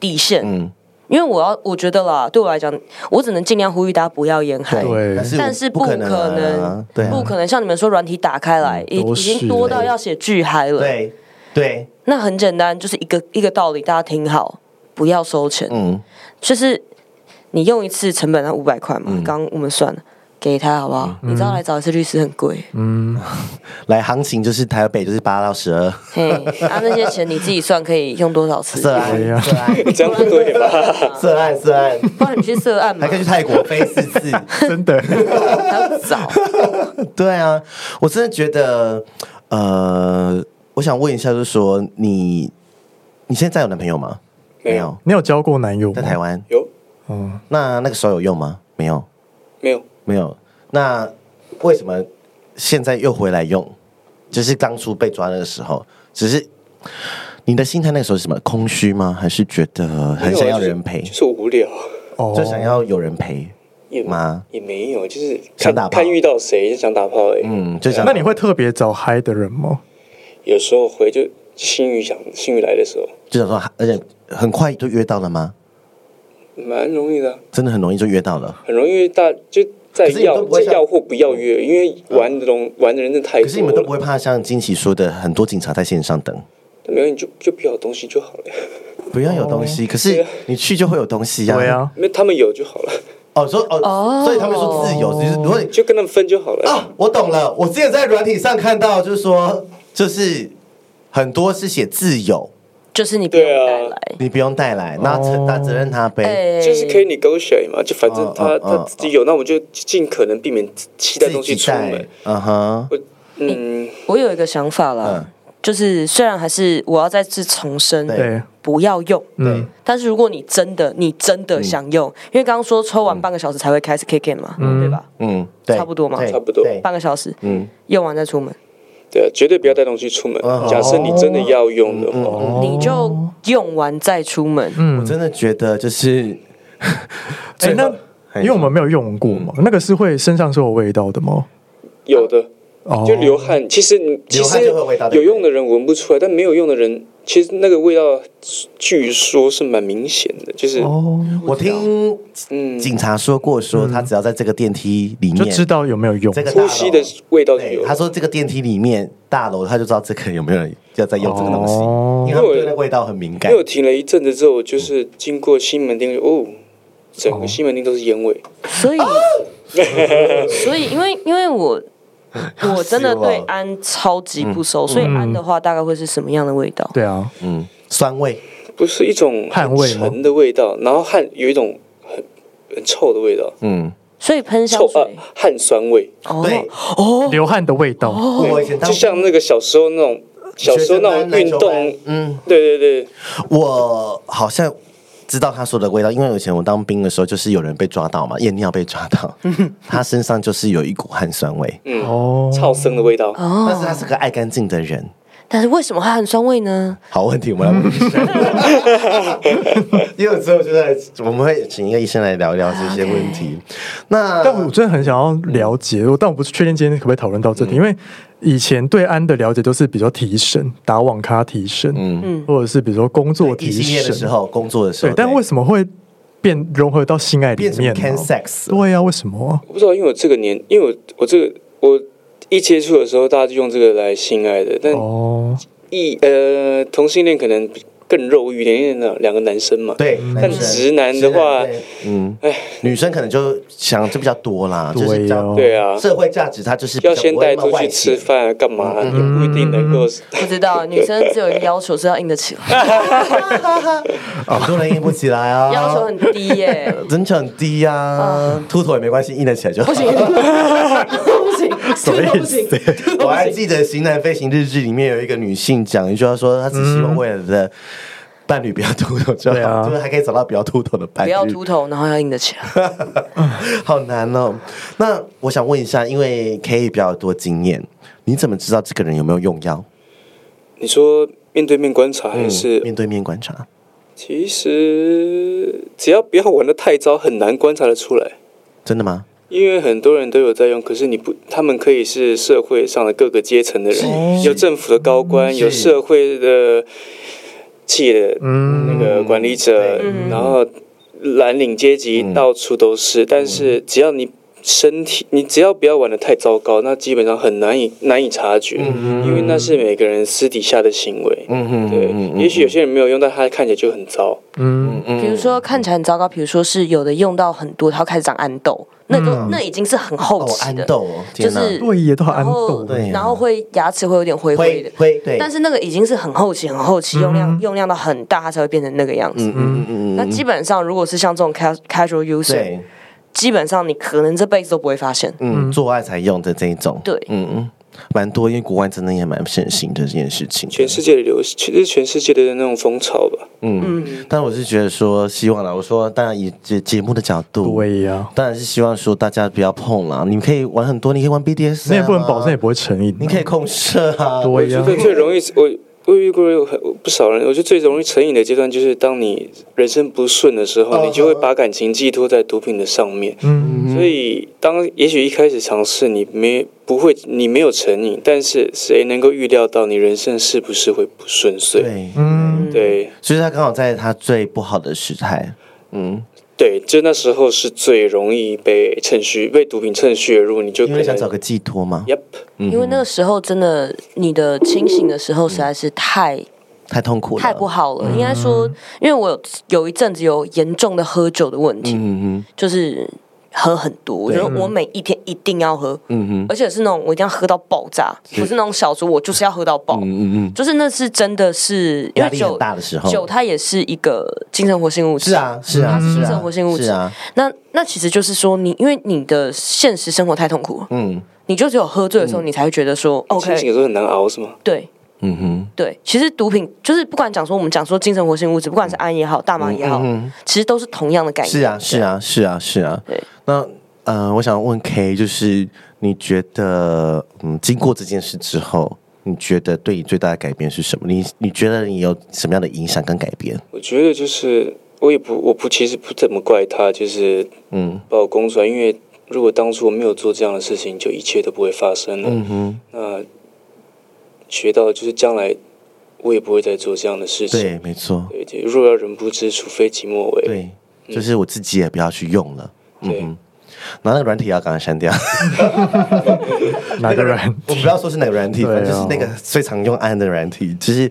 底线，嗯，因为我要，我觉得啦，对我来讲，我只能尽量呼吁大家不要沿海。对但是但是不不可能啊能，，对啊，嗯不可能像你们说软体打开来，已都已是经多到要写巨嗨了。欸对对，那很简单，就是一个一个道理，大家听好，不要收钱。嗯，就是你用一次成本那五百块嘛，刚刚我们算了，给他好不好？你知道来找一次律师很贵，来行情就是台北就是八到十二，嘿，啊那些钱你自己算可以用多 少次？涉案对啊涉案这样不对 吧？涉案涉案，不然你去涉案嘛还可，以去泰国飞四次。真的， 还要找。对啊，我真的觉得，呃，我想问一下，就是说你，你现在有男朋友吗？没有你有交过男友吗在？台湾。有哦，那那个时候有用吗？没有，没有？没有。那为什么现在又回来用？就是当初被抓那个时候，只是你的心态那个时候是什么？空虚吗？还是觉得很想要人陪啊就，是无聊，哦就想要有人陪？也吗也没有，就是想看打炮看遇到谁就想打炮而已。嗯，就想那你会特别找嗨的人吗？有时候回就新宇想新宇来的时候，就想说，而且很快就约到了吗？蛮容易的啊，真的很容易就约到了。很容易大就在可是你们要都不会像嗯要或不要约，因为玩的东玩的人真的太可是你多们都不了。会怕像金奇说的，很多警察在线上等，没有你就就不要东西就好了，不要有东西。哦可是啊你去就会有东西呀、对。啊，因为他们有就好了，哦，说哦，哦所以他们说自由，就是如果你就跟他们分就好了。啊，我懂了。我之前在软体上看到，就是说，就是很多是写自由，就是你不用对啊带来，你不用带来，那承担责任他背。哎就是可以 negotiate 嘛，就反正嗯他嗯他嗯自己有，那我就尽可能避免期待自东西己出带门。，嗯哼，我嗯，我有一个想法啦，就是虽然还是我要再次重申，对，不要用。嗯，但是如果你真的你真的想用，因为刚刚说抽完半个小时才会开始 kick in 嘛，对吧？嗯，对，差不多嘛对差不多对半个小时，嗯，用完再出门。对啊，绝对不要带东西出门嗯。假设你真的要用哦的话，你哦就用完再出门。嗯我真的觉得就是，哎，那嘿因为我们没有用过嗯嘛，那个是会身上是有味道的吗？有的哦就流汗。其实你其流汗实就会有味道对有不对用的人闻不出来，但没有用的人，其实那个味道据说是蛮明显的，就是哦，我听嗯，警察说过，说他只要在这个电梯里就面，知道有没有用这个大楼呼吸的味道就对，有。他说这个电梯里面大楼，他就知道这个有没有人要在用这个东西，哦因为他们对那个味道很敏因感为。我停了一阵子之后，就是经过西门町，哦，整个西门町都是烟味。所哦以， 所以因为因为我我真的对氨超级不熟，所以氨的话大概会是什么样的味道？嗯对啊，嗯，酸味，不是一种汗很味吗沉的味道，然后汗有一种很很臭的味道，嗯，所以喷香臭啊水，汗酸味，哦对，流汗的味道，我以前当就像那个小时候那种小时候那种运学生班篮动球班，嗯，对对对，我好像知道他说的味道，因为以前我当兵的时候，就是有人被抓到嘛，验尿被抓 到，他身上就是有一股汗酸味。嗯，哦，超生的味道，哦但是他是个爱干净的人。但是为什么它很酸味呢？好问题，我 们来问医生。因为之后就在我们会请一个医生来聊一聊这些问题。那但我真的很想要了解，我但我不是确定今天可不可以讨论到这嗯里，因为以前对安的了解都是比较提神，打网咖提神，嗯，或者是比如说工作提异性恋的时神，候，工作的时对候，，但为什么会变融合到性爱里变成面呢？ can sex？对啊呀、为什么？我不知道，因为我这个年，因为我我这个我一接触的时候，大家就用这个来性爱的，但嗯哦，异呃同性恋可能更肉欲一点，因为那两个男生嘛，对，嗯但直男的话直男对嗯，女生可能就想这比较多啦，对就是比较哦对啊，社会价值，它就是比要较先不会带那么出外去吃显。嗯饭啊，干嘛啊也不一定能够。不知道，女生只有一个要求是要硬得 起来， 很多人硬不起来啊，要求很低耶、真的很低啊，秃头也没关系，硬得起来就好 不。行，不行，什么真的意不思行，真的我还不行。记得《型男飞行日志》里面有一个女性讲一句话，说她只希望未来的伴侣不要秃头就嗯对好，啊就是还可以找到比较秃头的伴不侣。要秃头，然后要硬得起来。 好难哦。那我想问一下，因为 K 比较多经验，你怎么知道这个人有没有用药？你说面对面观察还是？面对面观察，其实只要不要玩的太糟，很难观察得出来。真的吗？因为很多人都有在用，可是你不，他们可以是社会上的各个阶层的人，有政府的高官，是有社会的企业的嗯那个管理者，嗯然后蓝领阶级到处都是。但是只要你身体，你只要不要玩的太糟糕，那基本上很难以难以察觉，因为那是每个人私底下的行为。嗯哼对，也许有些人没有用，但他看起来就很糟。嗯，比如说看起来很糟糕，比如说是有的用到很多，它开始长暗痘，那都、嗯那已经是很后哦，期安的，豆哦，就天哪是对耶，都好安然后豆，对啊然后会牙齿会有点灰灰灰的。灰对，但是那个已经是很后期、很后期，用量用量到很大，它才会变成那个样子。嗯嗯嗯嗯，那基本上，如果是像这种 cas- casual user，对，基本上你可能这辈子都不会发现。嗯，做爱才用的这一种，对嗯嗯，蛮多，因为国外真的也蛮盛行的这件事情。全世界的流行，其实全世界的那种风潮吧。嗯嗯但我是觉得说，希望啦，我说当然以节节目的角度，对呀、当然是希望说大家不要碰啦。你们可以玩很多，你可以玩 BDS，你也不能保证也不会成瘾、啊，你可以控射啊，对呀、觉得最容易，我我遇过有很不少人，我觉得最容易成瘾的阶段就是当你人生不顺的时候，你就会把感情寄托在毒品的上面。嗯，所以，当也许一开始尝试你没不会，你没有成瘾，但是谁能够预料到你人生是不是会不顺遂？对，嗯，对所以他刚好在他最不好的时态，嗯，对，就那时候是最容易被趁虚被毒品趁虚而入，你就因可为想找能。个寄托嘛， Yep，嗯因为那个时候真的，你的清醒的时候实在是太太痛嗯苦了，嗯太不，好了。应该说，因为我有有一阵子有严重的喝酒的问题，嗯哼，就是喝很多，我觉得我每一天一定要喝，嗯哼，而且是那种我一定要喝到爆炸，不是那种小酌，我就是要喝到爆。嗯嗯嗯，就是那是真的是因压为力很酒大的时候，酒它也是一个精神活性物质，是啊是啊是生啊活性物质是啊，那那其实就是说你，因为你的现实生活太痛苦了，嗯你就只有喝醉的时候，你才会觉得说、哎清醒 OK，的时候很难熬，是吗？对嗯哼，对。其实毒品就是不管讲说我们讲说精神活性物质，不管是安也好，大麻也好，其实都是同样的概念。嗯是啊是啊是啊是啊，对，那呃，我想问 K，就是你觉得，嗯，经过这件事之后，你觉得对你最大的改变是什么？你你觉得你有什么样的影响跟改变？我觉得就是，我也不，我不，其实不怎么怪他，就是嗯把我供出来，因为如果当初我没有做这样的事情，就一切都不会发生了。嗯哼，那学到就是将来我也不会再做这样的事情。对，没错，对，就若要人不知，除非己莫为。对，就是我自己也不要去用了。嗯对哼，然后那个软体也要赶快删掉。哪个 人？我不要说是哪个软体，对啊反正就是那个最常用安的软体。其实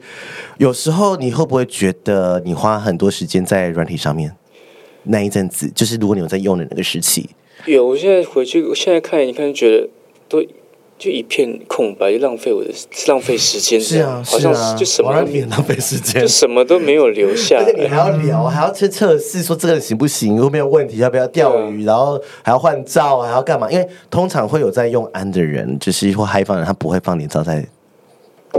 有时候你会不会觉得你花很多时间在软体上面？那一阵子，就是如果你有在用的那个时期，有，我现在回去，我现在看一看，觉得都就一片空白，就浪费我的浪费时间这是样。啊，好是像啊，就什么玩软体很浪费时间 就。什么都没有留下而且你来。还要聊，还要去测试，说这个人行不行，有没有问题，要不要钓鱼，啊然后还要换照，还要干嘛？因为通常会有在用安的人，就是或嗨放的人，他不会放你照在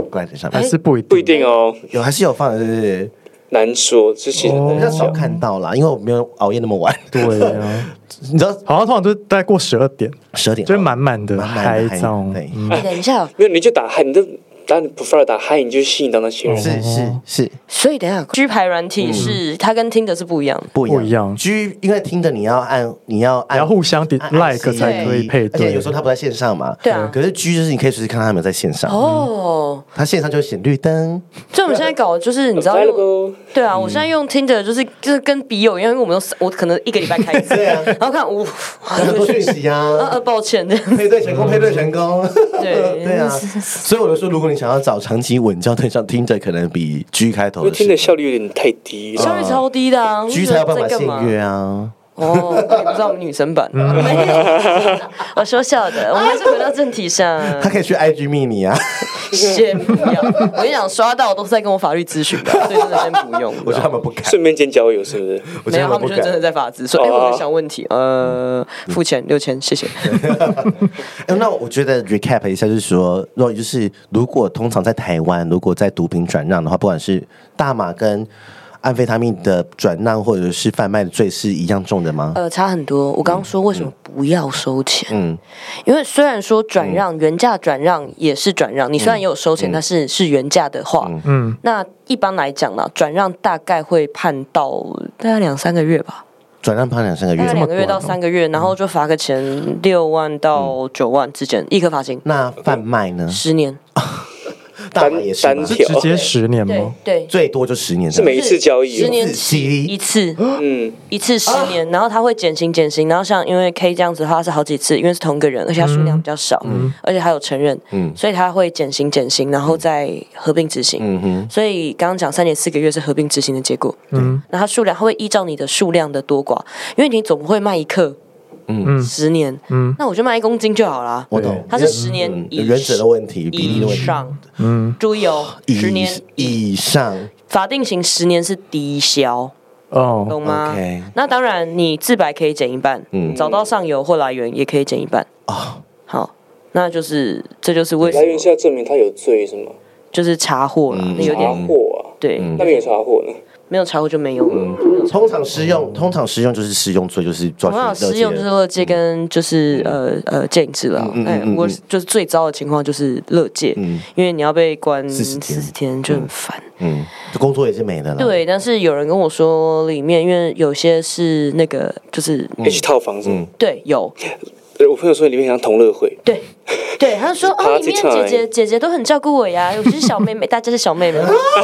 怪人上还面，是不一定，不一定哦，有还是有放的，对对对，难说，这其实比很较难少讲。看到啦，因为我没有熬夜那么晚，对啊，你知道好像通常都是大概过十二点，十二点哦就是满满的满满的嗨嗨照，对嗯哎，等一下，没有，你就打嗨，你就打你 prefer 打嗨，你就吸引到那些人。是哦是是所以等一下，G 嗯牌软体是它跟听的是不一样的。不一样，不一样居因为听着你要按，你要你按要互相点按 like 按才可以配而且对，有时候他不在线上嘛，对啊可是居就是你可以随时看他有没有在线上，哦，他线上就会显绿灯，所以我们现在搞的就是你知道用 Available 对嗯啊，我现在用听的就是就是跟笔友一样，因为我们用我可能一个礼拜开一次， 对啊然后看我哦有很多 讯息呃啊，呃，抱歉这样 子，配对成功，配对成功，对对 啊，所以我就说，如果你想要找长期稳交对象，听着可能比居开头因为的听的是效率有点太低哦了。效率超低的啊，居哦才有办法在干限嘛约啊，哦，我也不知道我们女 生版，没有我说笑的，我们还是回到正题上。 他可以去 IG 密你啊，先不要，我跟你讲，刷到都是在跟我法律咨询的，所以真的先不用。我觉得他们不敢，顺便兼交友是不是？ 我觉没得有，他不们就真敢。的哦在法制说，哎、我有个小问题，呃，付钱六千，谢谢。哎那我觉得 recap 一下，就是说，如果就是如果通常在台湾，如果在毒品转让的话，不管是大麻跟安非他命的转让或者是贩卖的罪是一样重的吗？呃，差很多。我刚刚说为什么不要收钱？嗯因为虽然说转让、原价转让也是转让，你虽嗯然也有收钱，但是是原价的话，嗯，那一般来讲呢，转让大概会判到大概两三个月吧，转让判两三个月，大概两个月这到么短哦嗯三个月，然后就罚个钱六万到九万之间，一颗罚金那贩卖呢？十年。大麻也是吗单？是条直接十年吗？对，最多就十年，是每一次交易十哦，年起起一次，嗯，一次十年，然后他会减刑减刑，然后像因为 K 这样子的话是好几次，因为是同个人，而且他数量比较少，而且还有承认，嗯所以他会减刑减刑，然后再合并执行。嗯哼，所以刚刚讲三年四个月是合并执行的结果，嗯那它数量它会依照你的数量的多寡，因为你总不会卖一克嗯十年，嗯那我就卖一公斤就好啦。我懂。它是十年嗯以原则的问题，比例的以问题，上，嗯，注意哦，以十年以上，法定刑十年是低消，哦，懂吗 OK 那当然，你自白可以减一半，嗯找到上游或来源也可以减一半。哦，好，那就是这就是为什来源是么要证明他有罪是吗？就是查获了，嗯那有查点获啊，对，那没有查获呢？没有查获就没有嗯了。通常适用，通常适用就是适用罪，就是抓我想去勒适戒用就是了。乐戒跟就是呃呃戒瘾治疗嗯嗯，哎嗯，我嗯就是最糟的情况就是乐戒，因为你要被关40天40天就很烦。嗯，这工作也是没的了。，对，但是有人跟我说里面，因为有些是那个就是嗯一套房子，对有对我朋友说里面像同乐会，对，对，他就说哦，里 Party 面姐姐姐姐都很照顾我呀，我是小妹妹，大家是小妹妹。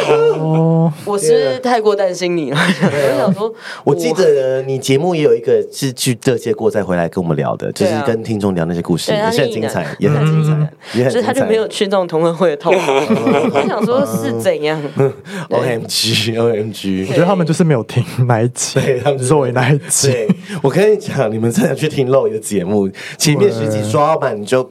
哦我是不是太过担心你了，我想说，啊我记得你节目也有一个是去这些过再回来跟我们聊的，就对啊是跟听众聊那些故事，对也他是是很异精彩男，，也很精嗯彩，也很精彩。所以他就没有去那种同乐会的痛苦。我想说嗯是怎样？ O M G O M G，我觉得他们就是没有听哪一集对他们就是，Zoe 哪一集，对，我跟你讲，你们真的去听漏一个节目，前面十集刷满你就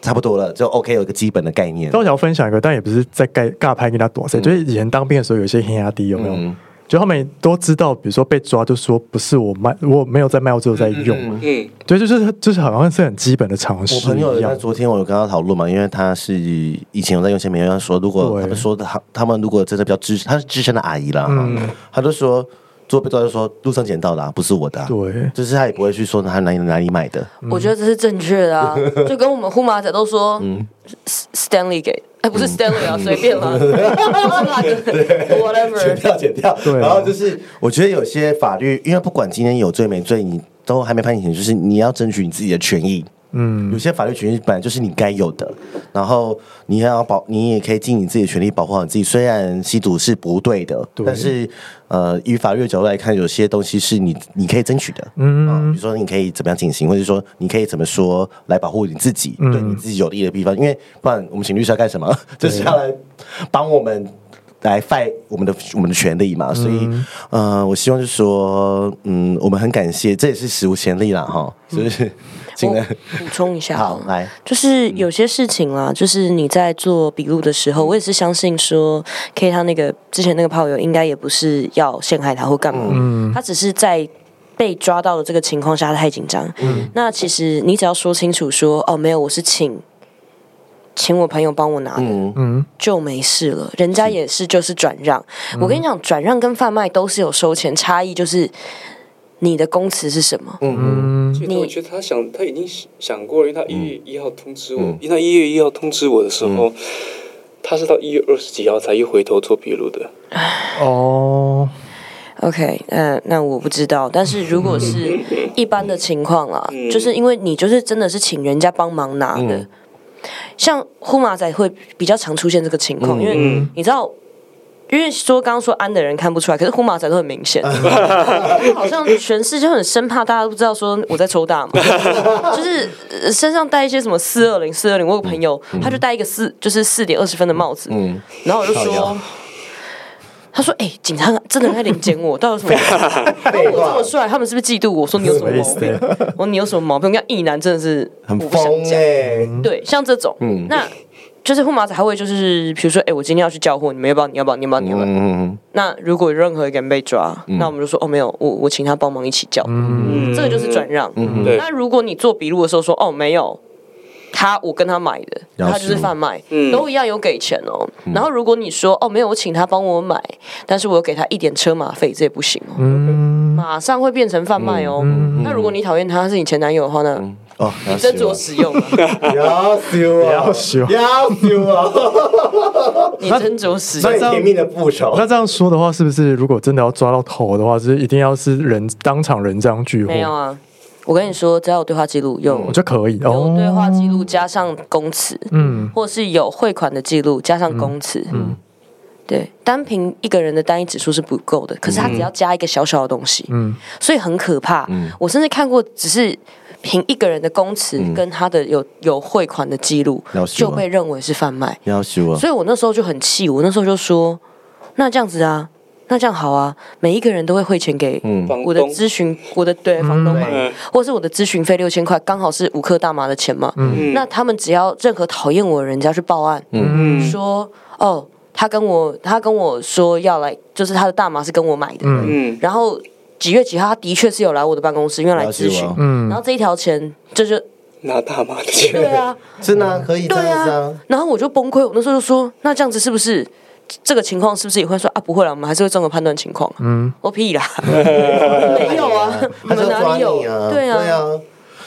差不多了，就 OK 有一个基本的概念但。我想要分享一个，但也不是在盖尬拍跟他躲谁，就是以前当兵的时候，有一些黑压低有没有？就他们都知道，比如说被抓，就说不是我卖，我没有在卖，我只有在用。嗯，对，就是就是好像是很基本的常识我朋友一有样在。昨天我有跟他讨论嘛，因为他是以前有在用些美他说，如果对他们说的他他们如果真的比较资，他是资深的阿姨啦，嗯哈他就说做被抓就说路上捡到的、啊，不是我的、啊，对就是他也不会去说他哪里哪里买的，我觉得这是正确 的啊，就跟我们呼马仔都说，S-，Stanley 给，哎，嗯不是 Stanley 啊，随便 啦，不 是啦剪，whatever。掉剪掉，对啊然后就是我觉得有些法律，因为不管今天有罪没罪，你都还没判刑前，就是你要争取你自己的权益。有嗯，些法律权益本来就是你该有的，然后你也要保，你也可以尽你自己的权利保护好你自己。虽然吸毒是不对的，对但是呃，以法律的角度来看，有些东西是你你可以争取的。嗯、比如说你可以怎么样进行，或者说你可以怎么说来保护你自己，嗯对你自己有利的地方。因为不然我们请律师要干什么？ 就是要来帮我们。来 fight 我们的我们的权利嗯嘛，所以，呃，我希望就是说，嗯，我们很感谢，这也是史无前例啦，哈，就是嗯尽量、我补充一下，好来，就是有些事情啦，就是你在做笔录的时候，我也是相信说，K 他那个之前那个炮友应该也不是要陷害他或干嘛，他只是在。被抓到的这个情况下，他太紧张。那其实你只要说清楚说，哦，没有，我是请请我朋友帮我拿的，嗯嗯，就没事了。人家也是就是转让，我跟你讲，转让跟贩卖都是有收钱，差异就是你的供词是什么。所以我觉得他想，他已经想过嗯了，因为他一月一号通知我，因为他一月一号通知我的时嗯候，他是到一月二十几号才又回头做笔录的。哦， OK，嗯、那我不知道，但是如果是一般的情况啦，嗯就是因为你就是真的是请人家帮忙拿的，像呼麻仔会比较常出现这个情况，因为嗯你知道。因为说刚刚说安的人看不出来，可是呼麻仔都很明 显，好像全世界都很生怕大家都不知道说我在抽大麻，就是呃身上带一些什么四二零四二零。我有个朋友，嗯他就戴一个四就是四点二十分的帽子，嗯，然后我就靠腰说，他说：“哎、警察真的在领检 我，到底有什么 毛病？因为我这么帅，他们是不是嫉妒我？我说你有什么毛病？我说你有什么毛病？我跟你讲异男真的是很我不想疯欸嗯讲。哎，对，像这种，那就是护马仔还会就是，比如说，哎、我今天要去交货，你们要不要？你要不要？你要不要？你要不要？嗯，那如果有任何一个人被抓，那我们就说，哦，没有，我我请他帮忙一起叫，嗯，这个就是转让。对那如果你做笔录的时候说，哦，没有。他我跟他买的，了解他就是贩卖，嗯都一样有给钱哦。然后如果你说哦没有，我请他帮我买，但是我有给他一点车马费，这也不行哦，嗯，马上会变成贩卖哦。嗯那如果你讨厌他是你前男友的话，那哦，你斟酌使用啊，要修啊，要修要修啊！ 你斟酌使用所以。甜蜜的复哦仇，那这样说的话，是不是如果真的要抓到头的话，就是一定要是人当场人赃俱获没？有啊，我跟你说，只要有对话记录，有我觉得可以有对哦，话记录加上供词，嗯，或是有汇款的记录加上公词，嗯，对，单凭一个人的单一指数是不够的，可是他只要加一个小小的东西，嗯，所以很可怕。我甚至看过，只是凭一个人的公词跟他的有有汇款的记录了，解就被认为是贩卖。要修啊，所以我那时候就很气，我那时候就说，那这样子啊。那这样好啊，每一个人都会汇钱给嗯房我的东咨询，我的对房东嘛，嗯或是我的咨询费六千块，刚好是五克大麻的钱嘛。嗯那他们只要任何讨厌我的人家去报案，嗯说哦，他跟我他跟我说要来，就是他的大麻是跟我买的，嗯，然后几月几号他的确是有来我的办公室，因为来要咨询修，啊，嗯然后这一条钱这就拿大麻的钱，对啊，真的可以这对样子啊啊，，然后我就崩溃，我那时候就说，那这样子是不是？这个情况是不是也会说啊？不会啦，我们还是会综合判断情况。嗯，我屁啦， 没有啊，我他就们哪抓里有你啊，？对对啊，啊，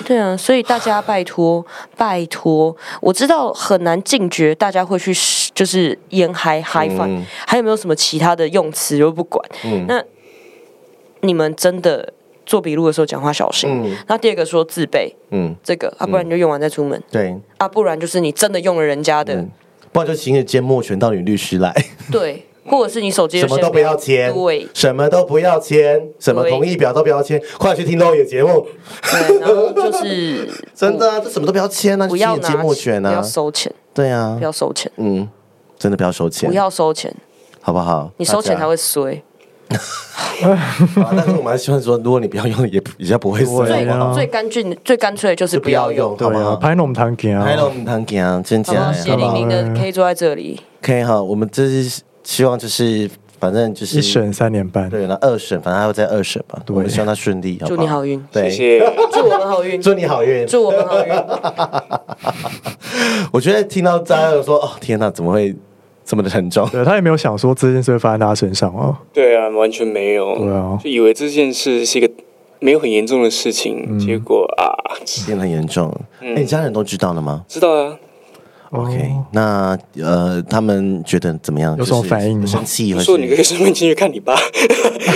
对啊，所以大家 拜托，拜托，我知道很难禁绝，大家会去试就是烟嗨嗨饭，嗯还有没有什么其他的用词我都不管。那你们真的做笔录的时候讲话小心。那第二个说自备嗯，这个啊，不然你就用完再出门、对，啊，不然就是你真的用了人家嗯的，不然就请你接莫权到你律师来，对，或者是你手机就什么都先不要签，对。什么都不要签，什么对同意表都不要签，快去听露野节目，对，哎然后就是 真的啊，这什么都不要签啊，嗯不要就拿请你接莫权不要啊，收钱，对啊不，要收钱，嗯，真的不要收钱不，要收钱，好不好？你收钱大家才会衰。 好但是我们还希望说，如果你不要用，也比较不会对死，好最不好啊最干净、最干脆的就是就不不要要用用，。对好不啊，好？拍弄堂给啊拍，了我们堂给啊，真假好不好？呀？血淋淋的 K 坐在这里， OK，好，我们这是希望就是反正就是一审三年半，对，然后二审，反正还会在二审嘛，我们希望他顺利，好不祝你好运对，谢。谢。祝我们好运，祝你好运！ 祝我们好运。我觉得听到大家有说，哦，天哪，怎么会这么的沉重？对他也没有想说这件事会发生在他身上哦，对啊，完全没有。对啊就以为这件事是一个没有很严重的事情，嗯结果啊，变得很严重。哎、你家人都知道了吗知道啊，哦哦？OK，那呃，他们觉得怎么样？有什么就是反应吗生气你还说你可是？以顺便进去看你爸，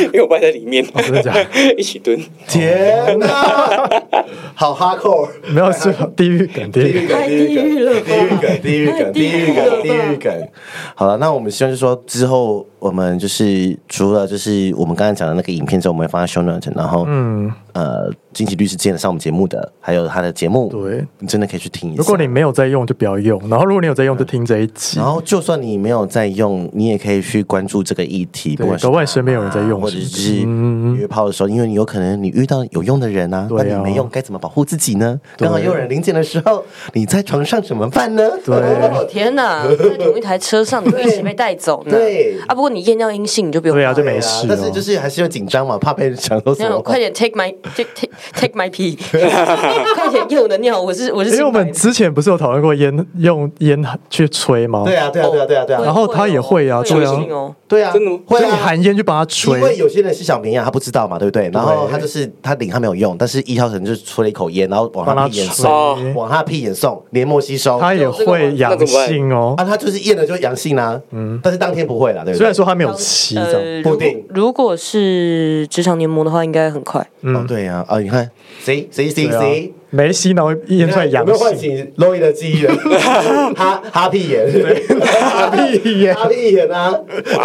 因为我爸在里面，哦真的假的？ 一起蹲。天哪， 好哈扣！没有是地狱梗，地啊地狱狱哎梗，地狱梗，地狱梗，地狱啊梗，地狱梗，地狱梗。好了，那我们希望就是说之后我们就是除了就是我们刚才讲的那个影片之后，我们会放在 show note，然后嗯呃，金奇律师之前上我们节目的，还有他的节目，对，你真的可以去听一下。如果你没有在用，就不要用。然后如果你有在用，就听这一集啊然。后就算你没有在用，你也可以去关注这个议题，不对，管是搞不好你身边有人在用或是者不是，是约炮的时候，因为你有可能你遇到有用的人啊，对啊那你没用该怎么保护自己呢？刚好有人临检的时候，你在床上怎么办呢？对哦天哪，在同一台车上，你们一起被带走呢。对啊，不过果你验尿阴性，你就不用对啊，怕就没事、但是就是还是有紧张嘛，怕被人想说什哦那么种。快点 take my take take take my pee，快点用我的尿，我是我是因为我清白们的之前不是有讨论过烟用烟去吹吗？对啊，对啊，对啊，对啊，对然哦啊，后他也会啊会对有啊阴性哦，对啊，真的吗会所以你啊。含烟去帮他吹因，为有些人是小绵羊，他不知道嘛，对不对？然后他就是他领他没有用，但是一号人就吹了一口烟，然后往帮他他屁眼吹送，，往他屁眼送，黏膜吸收。他也会阳性哦。啊，他就是验了就阳性啦，嗯，但是当天不会啦，对不对？虽然说他没有吸这样，呃，不如果定如果是直肠黏膜的话，应该很快。哦，对呀、啊，啊，你看谁谁谁嗯对啊谁，啊没吸然后你烟出来看有阳没有唤性，醒 Loy 的记忆 了？哈哈屁眼，哈屁眼，哈屁眼啊！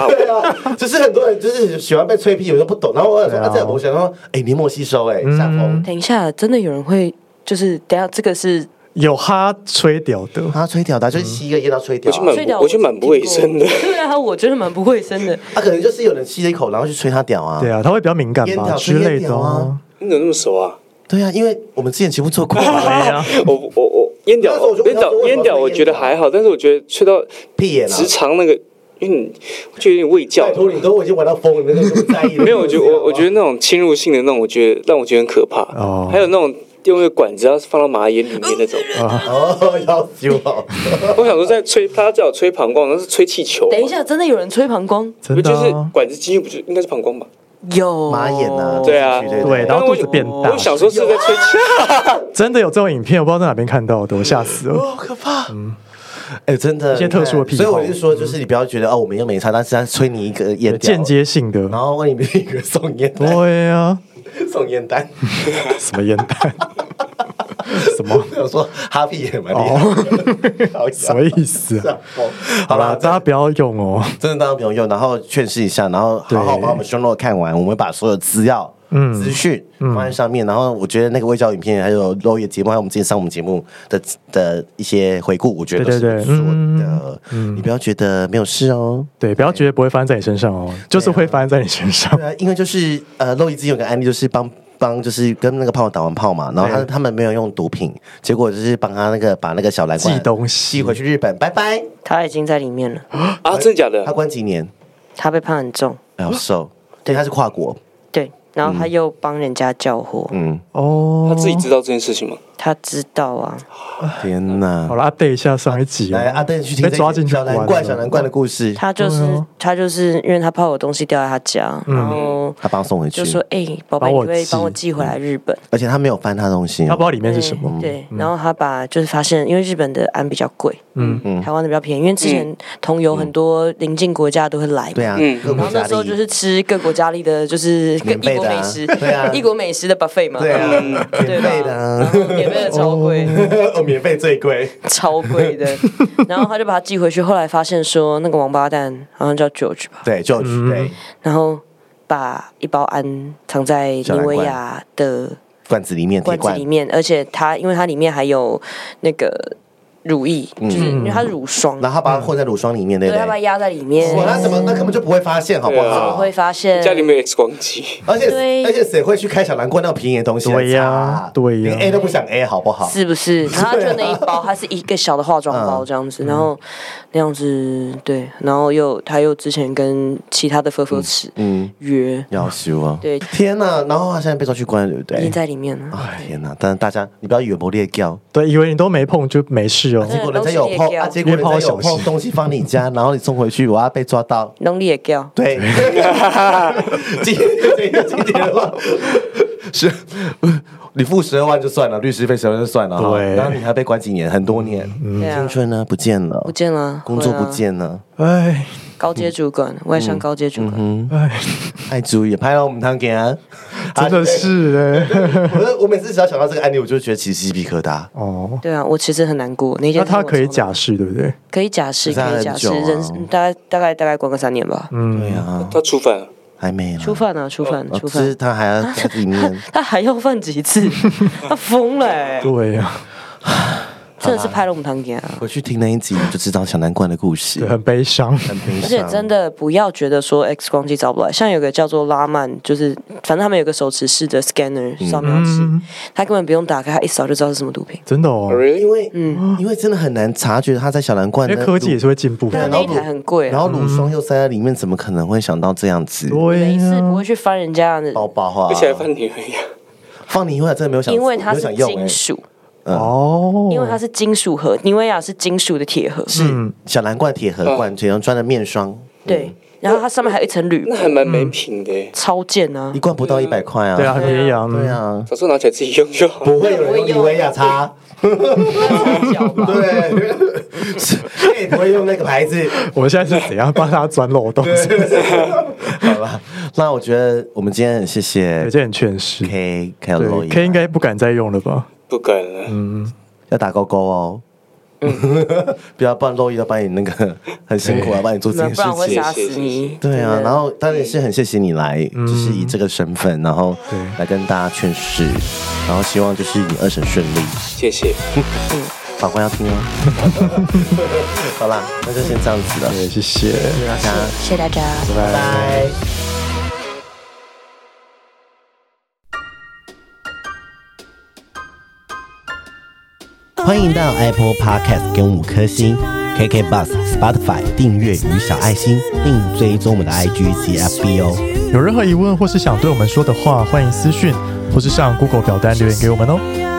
对啊，就是很多人就是喜欢被吹屁，我都不懂。然后我想说，对啊嗯啊，这样我想说，哎，黏膜吸收，哎，下风，等一下，真的有人会就是等一下这个是有哈吹掉 的。他吹掉的啊，嗯就是吸一个烟到吹掉我啊、去买睡掉，我觉得蛮不卫生 的对啊，我觉得蛮不卫生的。啊他、可能就是有人吸了一口，然后去吹他屌啊，对啊，他会比较敏感烟吧条之类的烟条哦啊。你怎么那么熟啊？对啊，因为我们之前节目做过啊、 哎我我我烟屌那时候我就，问烟他说为屌什么烟屌，我觉得还好，但是我觉得吹到屁眼啊直，肠那个，因为你我觉得有点胃教拜，托你都我已经玩到疯了，你那个 不啊在意了。没有，我觉得我我觉得那种侵入性的那种，我觉得让我觉得很可怕。哦还有那种用一个管子要放到马眼里面那种，哦，要修好，我想说在吹，他叫我吹膀胱，那是吹气球。啊等一，下，真的有人吹膀胱？真的就是啊管子进去，不就应该是膀胱吧？有 马眼啊，对啊对对，然但后我哎肚子变大我，想说是在 吹气，真的有这种影片，我不知道在哪边看到的，我吓死了。好可怕。哎，真的，一些特殊的癖好所以我就说，就是你不要觉得哦，我们又没差，但是他吹你一个烟有屌间，接性的，然后为你一个送烟单，对啊，送烟单，什么烟 弹，什么我说哈屁眼蛮厉害， 好笑什么意思啊？好好啦啦，，大家不要用哦。真的当然不用用，然后劝示一下，然后好好对把我们胸肉看完，我们把所有资料。嗯资讯放在上面，然后我觉得那个微教影片，还有肉眼节目，还有我们之前上我们节目的的一些回顾，我觉得都对是对对不错嗯的。你不要觉得没有事哦。对，不要觉得不会发生在你身上哦，就是会发生在你身上对。啊，因为就是呃，肉一之前有个案例，就是帮帮就是跟那个炮友打完炮嘛，然后他对他们没有用毒品，结果就是帮他那个把那个小蓝罐寄东西寄回去日本，拜拜。他已经在里面了，啊，真的假他哦的？关几年？他被判很重，哎呦，瘦，对，他是跨国，对，然后他又帮人家交货，嗯，哦。他自己知道这件事情吗？他知道啊，天哪好。了，update 一下上一集哦。来，阿邓去听被这抓集进去小蓝关罐、了小蓝罐的故事，哦他就是、啊他就是因为他怕我东西掉在他家，嗯然后他帮他送回去就，说：“哎、宝贝，帮你我可以寄帮我寄回来日本。而且他没有翻他东西他不知哦，道里面是什么，对，然后他把就是发现，因为日本的安比较贵，嗯嗯，台湾的比较便宜，因为之前同游很多邻近国家都会来嘛，对啊，嗯各然国后家那时候利益就是吃各国家里的，就是各免异费国的啊美食，对啊异国美食的 buffet 嘛，对啊，嗯对 免吧嗯费的啊，免费的超贵， 哦，免费最贵，超贵的。然后他就把它寄回去，后来发现说那个王八蛋好像叫 George 吧，对，就嗯对然后把一包氨藏在尼维亚的罐子里面铁罐子罐里，面，而且它因为它里面还有那个乳液，就是嗯因为它是乳霜，然后他把它混在乳霜里面，对对，不他把它对？压在里面，哇，那怎么那根本就不会发现，好不对好啊？会发现家里没有 X 光机，而且对而且谁会去开小蓝罐那种便宜的东西来对擦呀啊？对呀连 A 都不想 A，好不好？是不是？然后他就那一包，它是一个小的化妆包啊嗯这样子，然后那样子对，然后又他又之前跟其他的佛佛尺嗯，约，要修啊！对天哪！然后他现在被抓去关了，对不已对？经在里面啊了。哎，天哪！但是大家，你不要以为不裂掉，对，以为你都没碰就没事哦。结呃果人家有碰啊，结果人家有碰东西放你家，然后你送回去，我要被抓到。农历也 掉，对，今这个今天的话是，你付十二万就算了，律师费十二万就算了哈，对嗯然后你还被关几年，很多年，对啊青春呢不见了，不见了，工作对啊不，见嗯了，哎高阶主管，外商高阶主嗯管，哎，爱猪也拍了我们汤给啊， 真的是哎。啊，我我每次只要想到这个案例，我就觉得起鸡皮疙瘩。哦，对啊，我其实很难过。那件那事他可以我从来假释对不对？可以假释，可是他可以假很释，久啊人大概大概大概关个三年吧。对嗯啊，他触犯了。还没呢初犯啊，初犯，哦初只是犯，他还要在里面， 啊他还要犯几次？他疯了欸，啊对呀，真的是拍龙堂给啊。回去听那一集你就知道小南瓜的故事对，，啊很悲伤。很悲而且伤。真的不要觉得说 X 光机找不来，像有个叫做拉曼，就是反正他们有个手持嗯式的 scanner 扫描器，他根本不用打开，他一扫就知道是什么毒品。真的哦， Really？因为嗯，因为真的很难察觉他在小蓝罐因的为科技也嗯是会进步但的。那一台很贵、然啊，后乳霜又塞在里面，怎么可能会想到这样子？对啊没呀事不会去翻人家的，包包啊，而且还放女儿一样。放你以后真的没有想，因为它没有是想用金欸属，哦，因为它是金属盒，妮维雅是金属的铁盒，是嗯小蓝罐铁盒嗯罐，只能装的面霜，对，然后它上面还有一层铝那，还蛮没品的欸耶，超贱啊一！罐不到一百块啊。对啊，很便宜啊，对嗯啊，早上拿起来自己用就好。不会有人用妮维雅擦， 对，哎是，不会用那个牌子，我们现在是怎样帮他钻漏洞？好吧。那我觉得我们今天很谢谢有件很劝世。 K K 罗对，K 应该不敢再用了吧？不敢了，嗯要打勾勾哦。嗯 不要，不然洛伊要帮你那个很辛苦啊，帮你做这件不事然我会情。杀死你。对啊，真的然后当然也是很谢谢你来，就是以这个身份，然后来跟大家劝世，然后希望就是你二审顺利，谢谢。法官要听哦。好啦，那就先这样子了，对，谢谢。大家谢谢大家。拜拜。欢迎到 Apple Podcast 给我们五颗星，KK Bus、Spotify 订阅与小爱心，并追踪我们的 IG 及 FB 哦。有任何疑问或是想对我们说的话，欢迎私讯或是上 Google 表单留言给我们哦。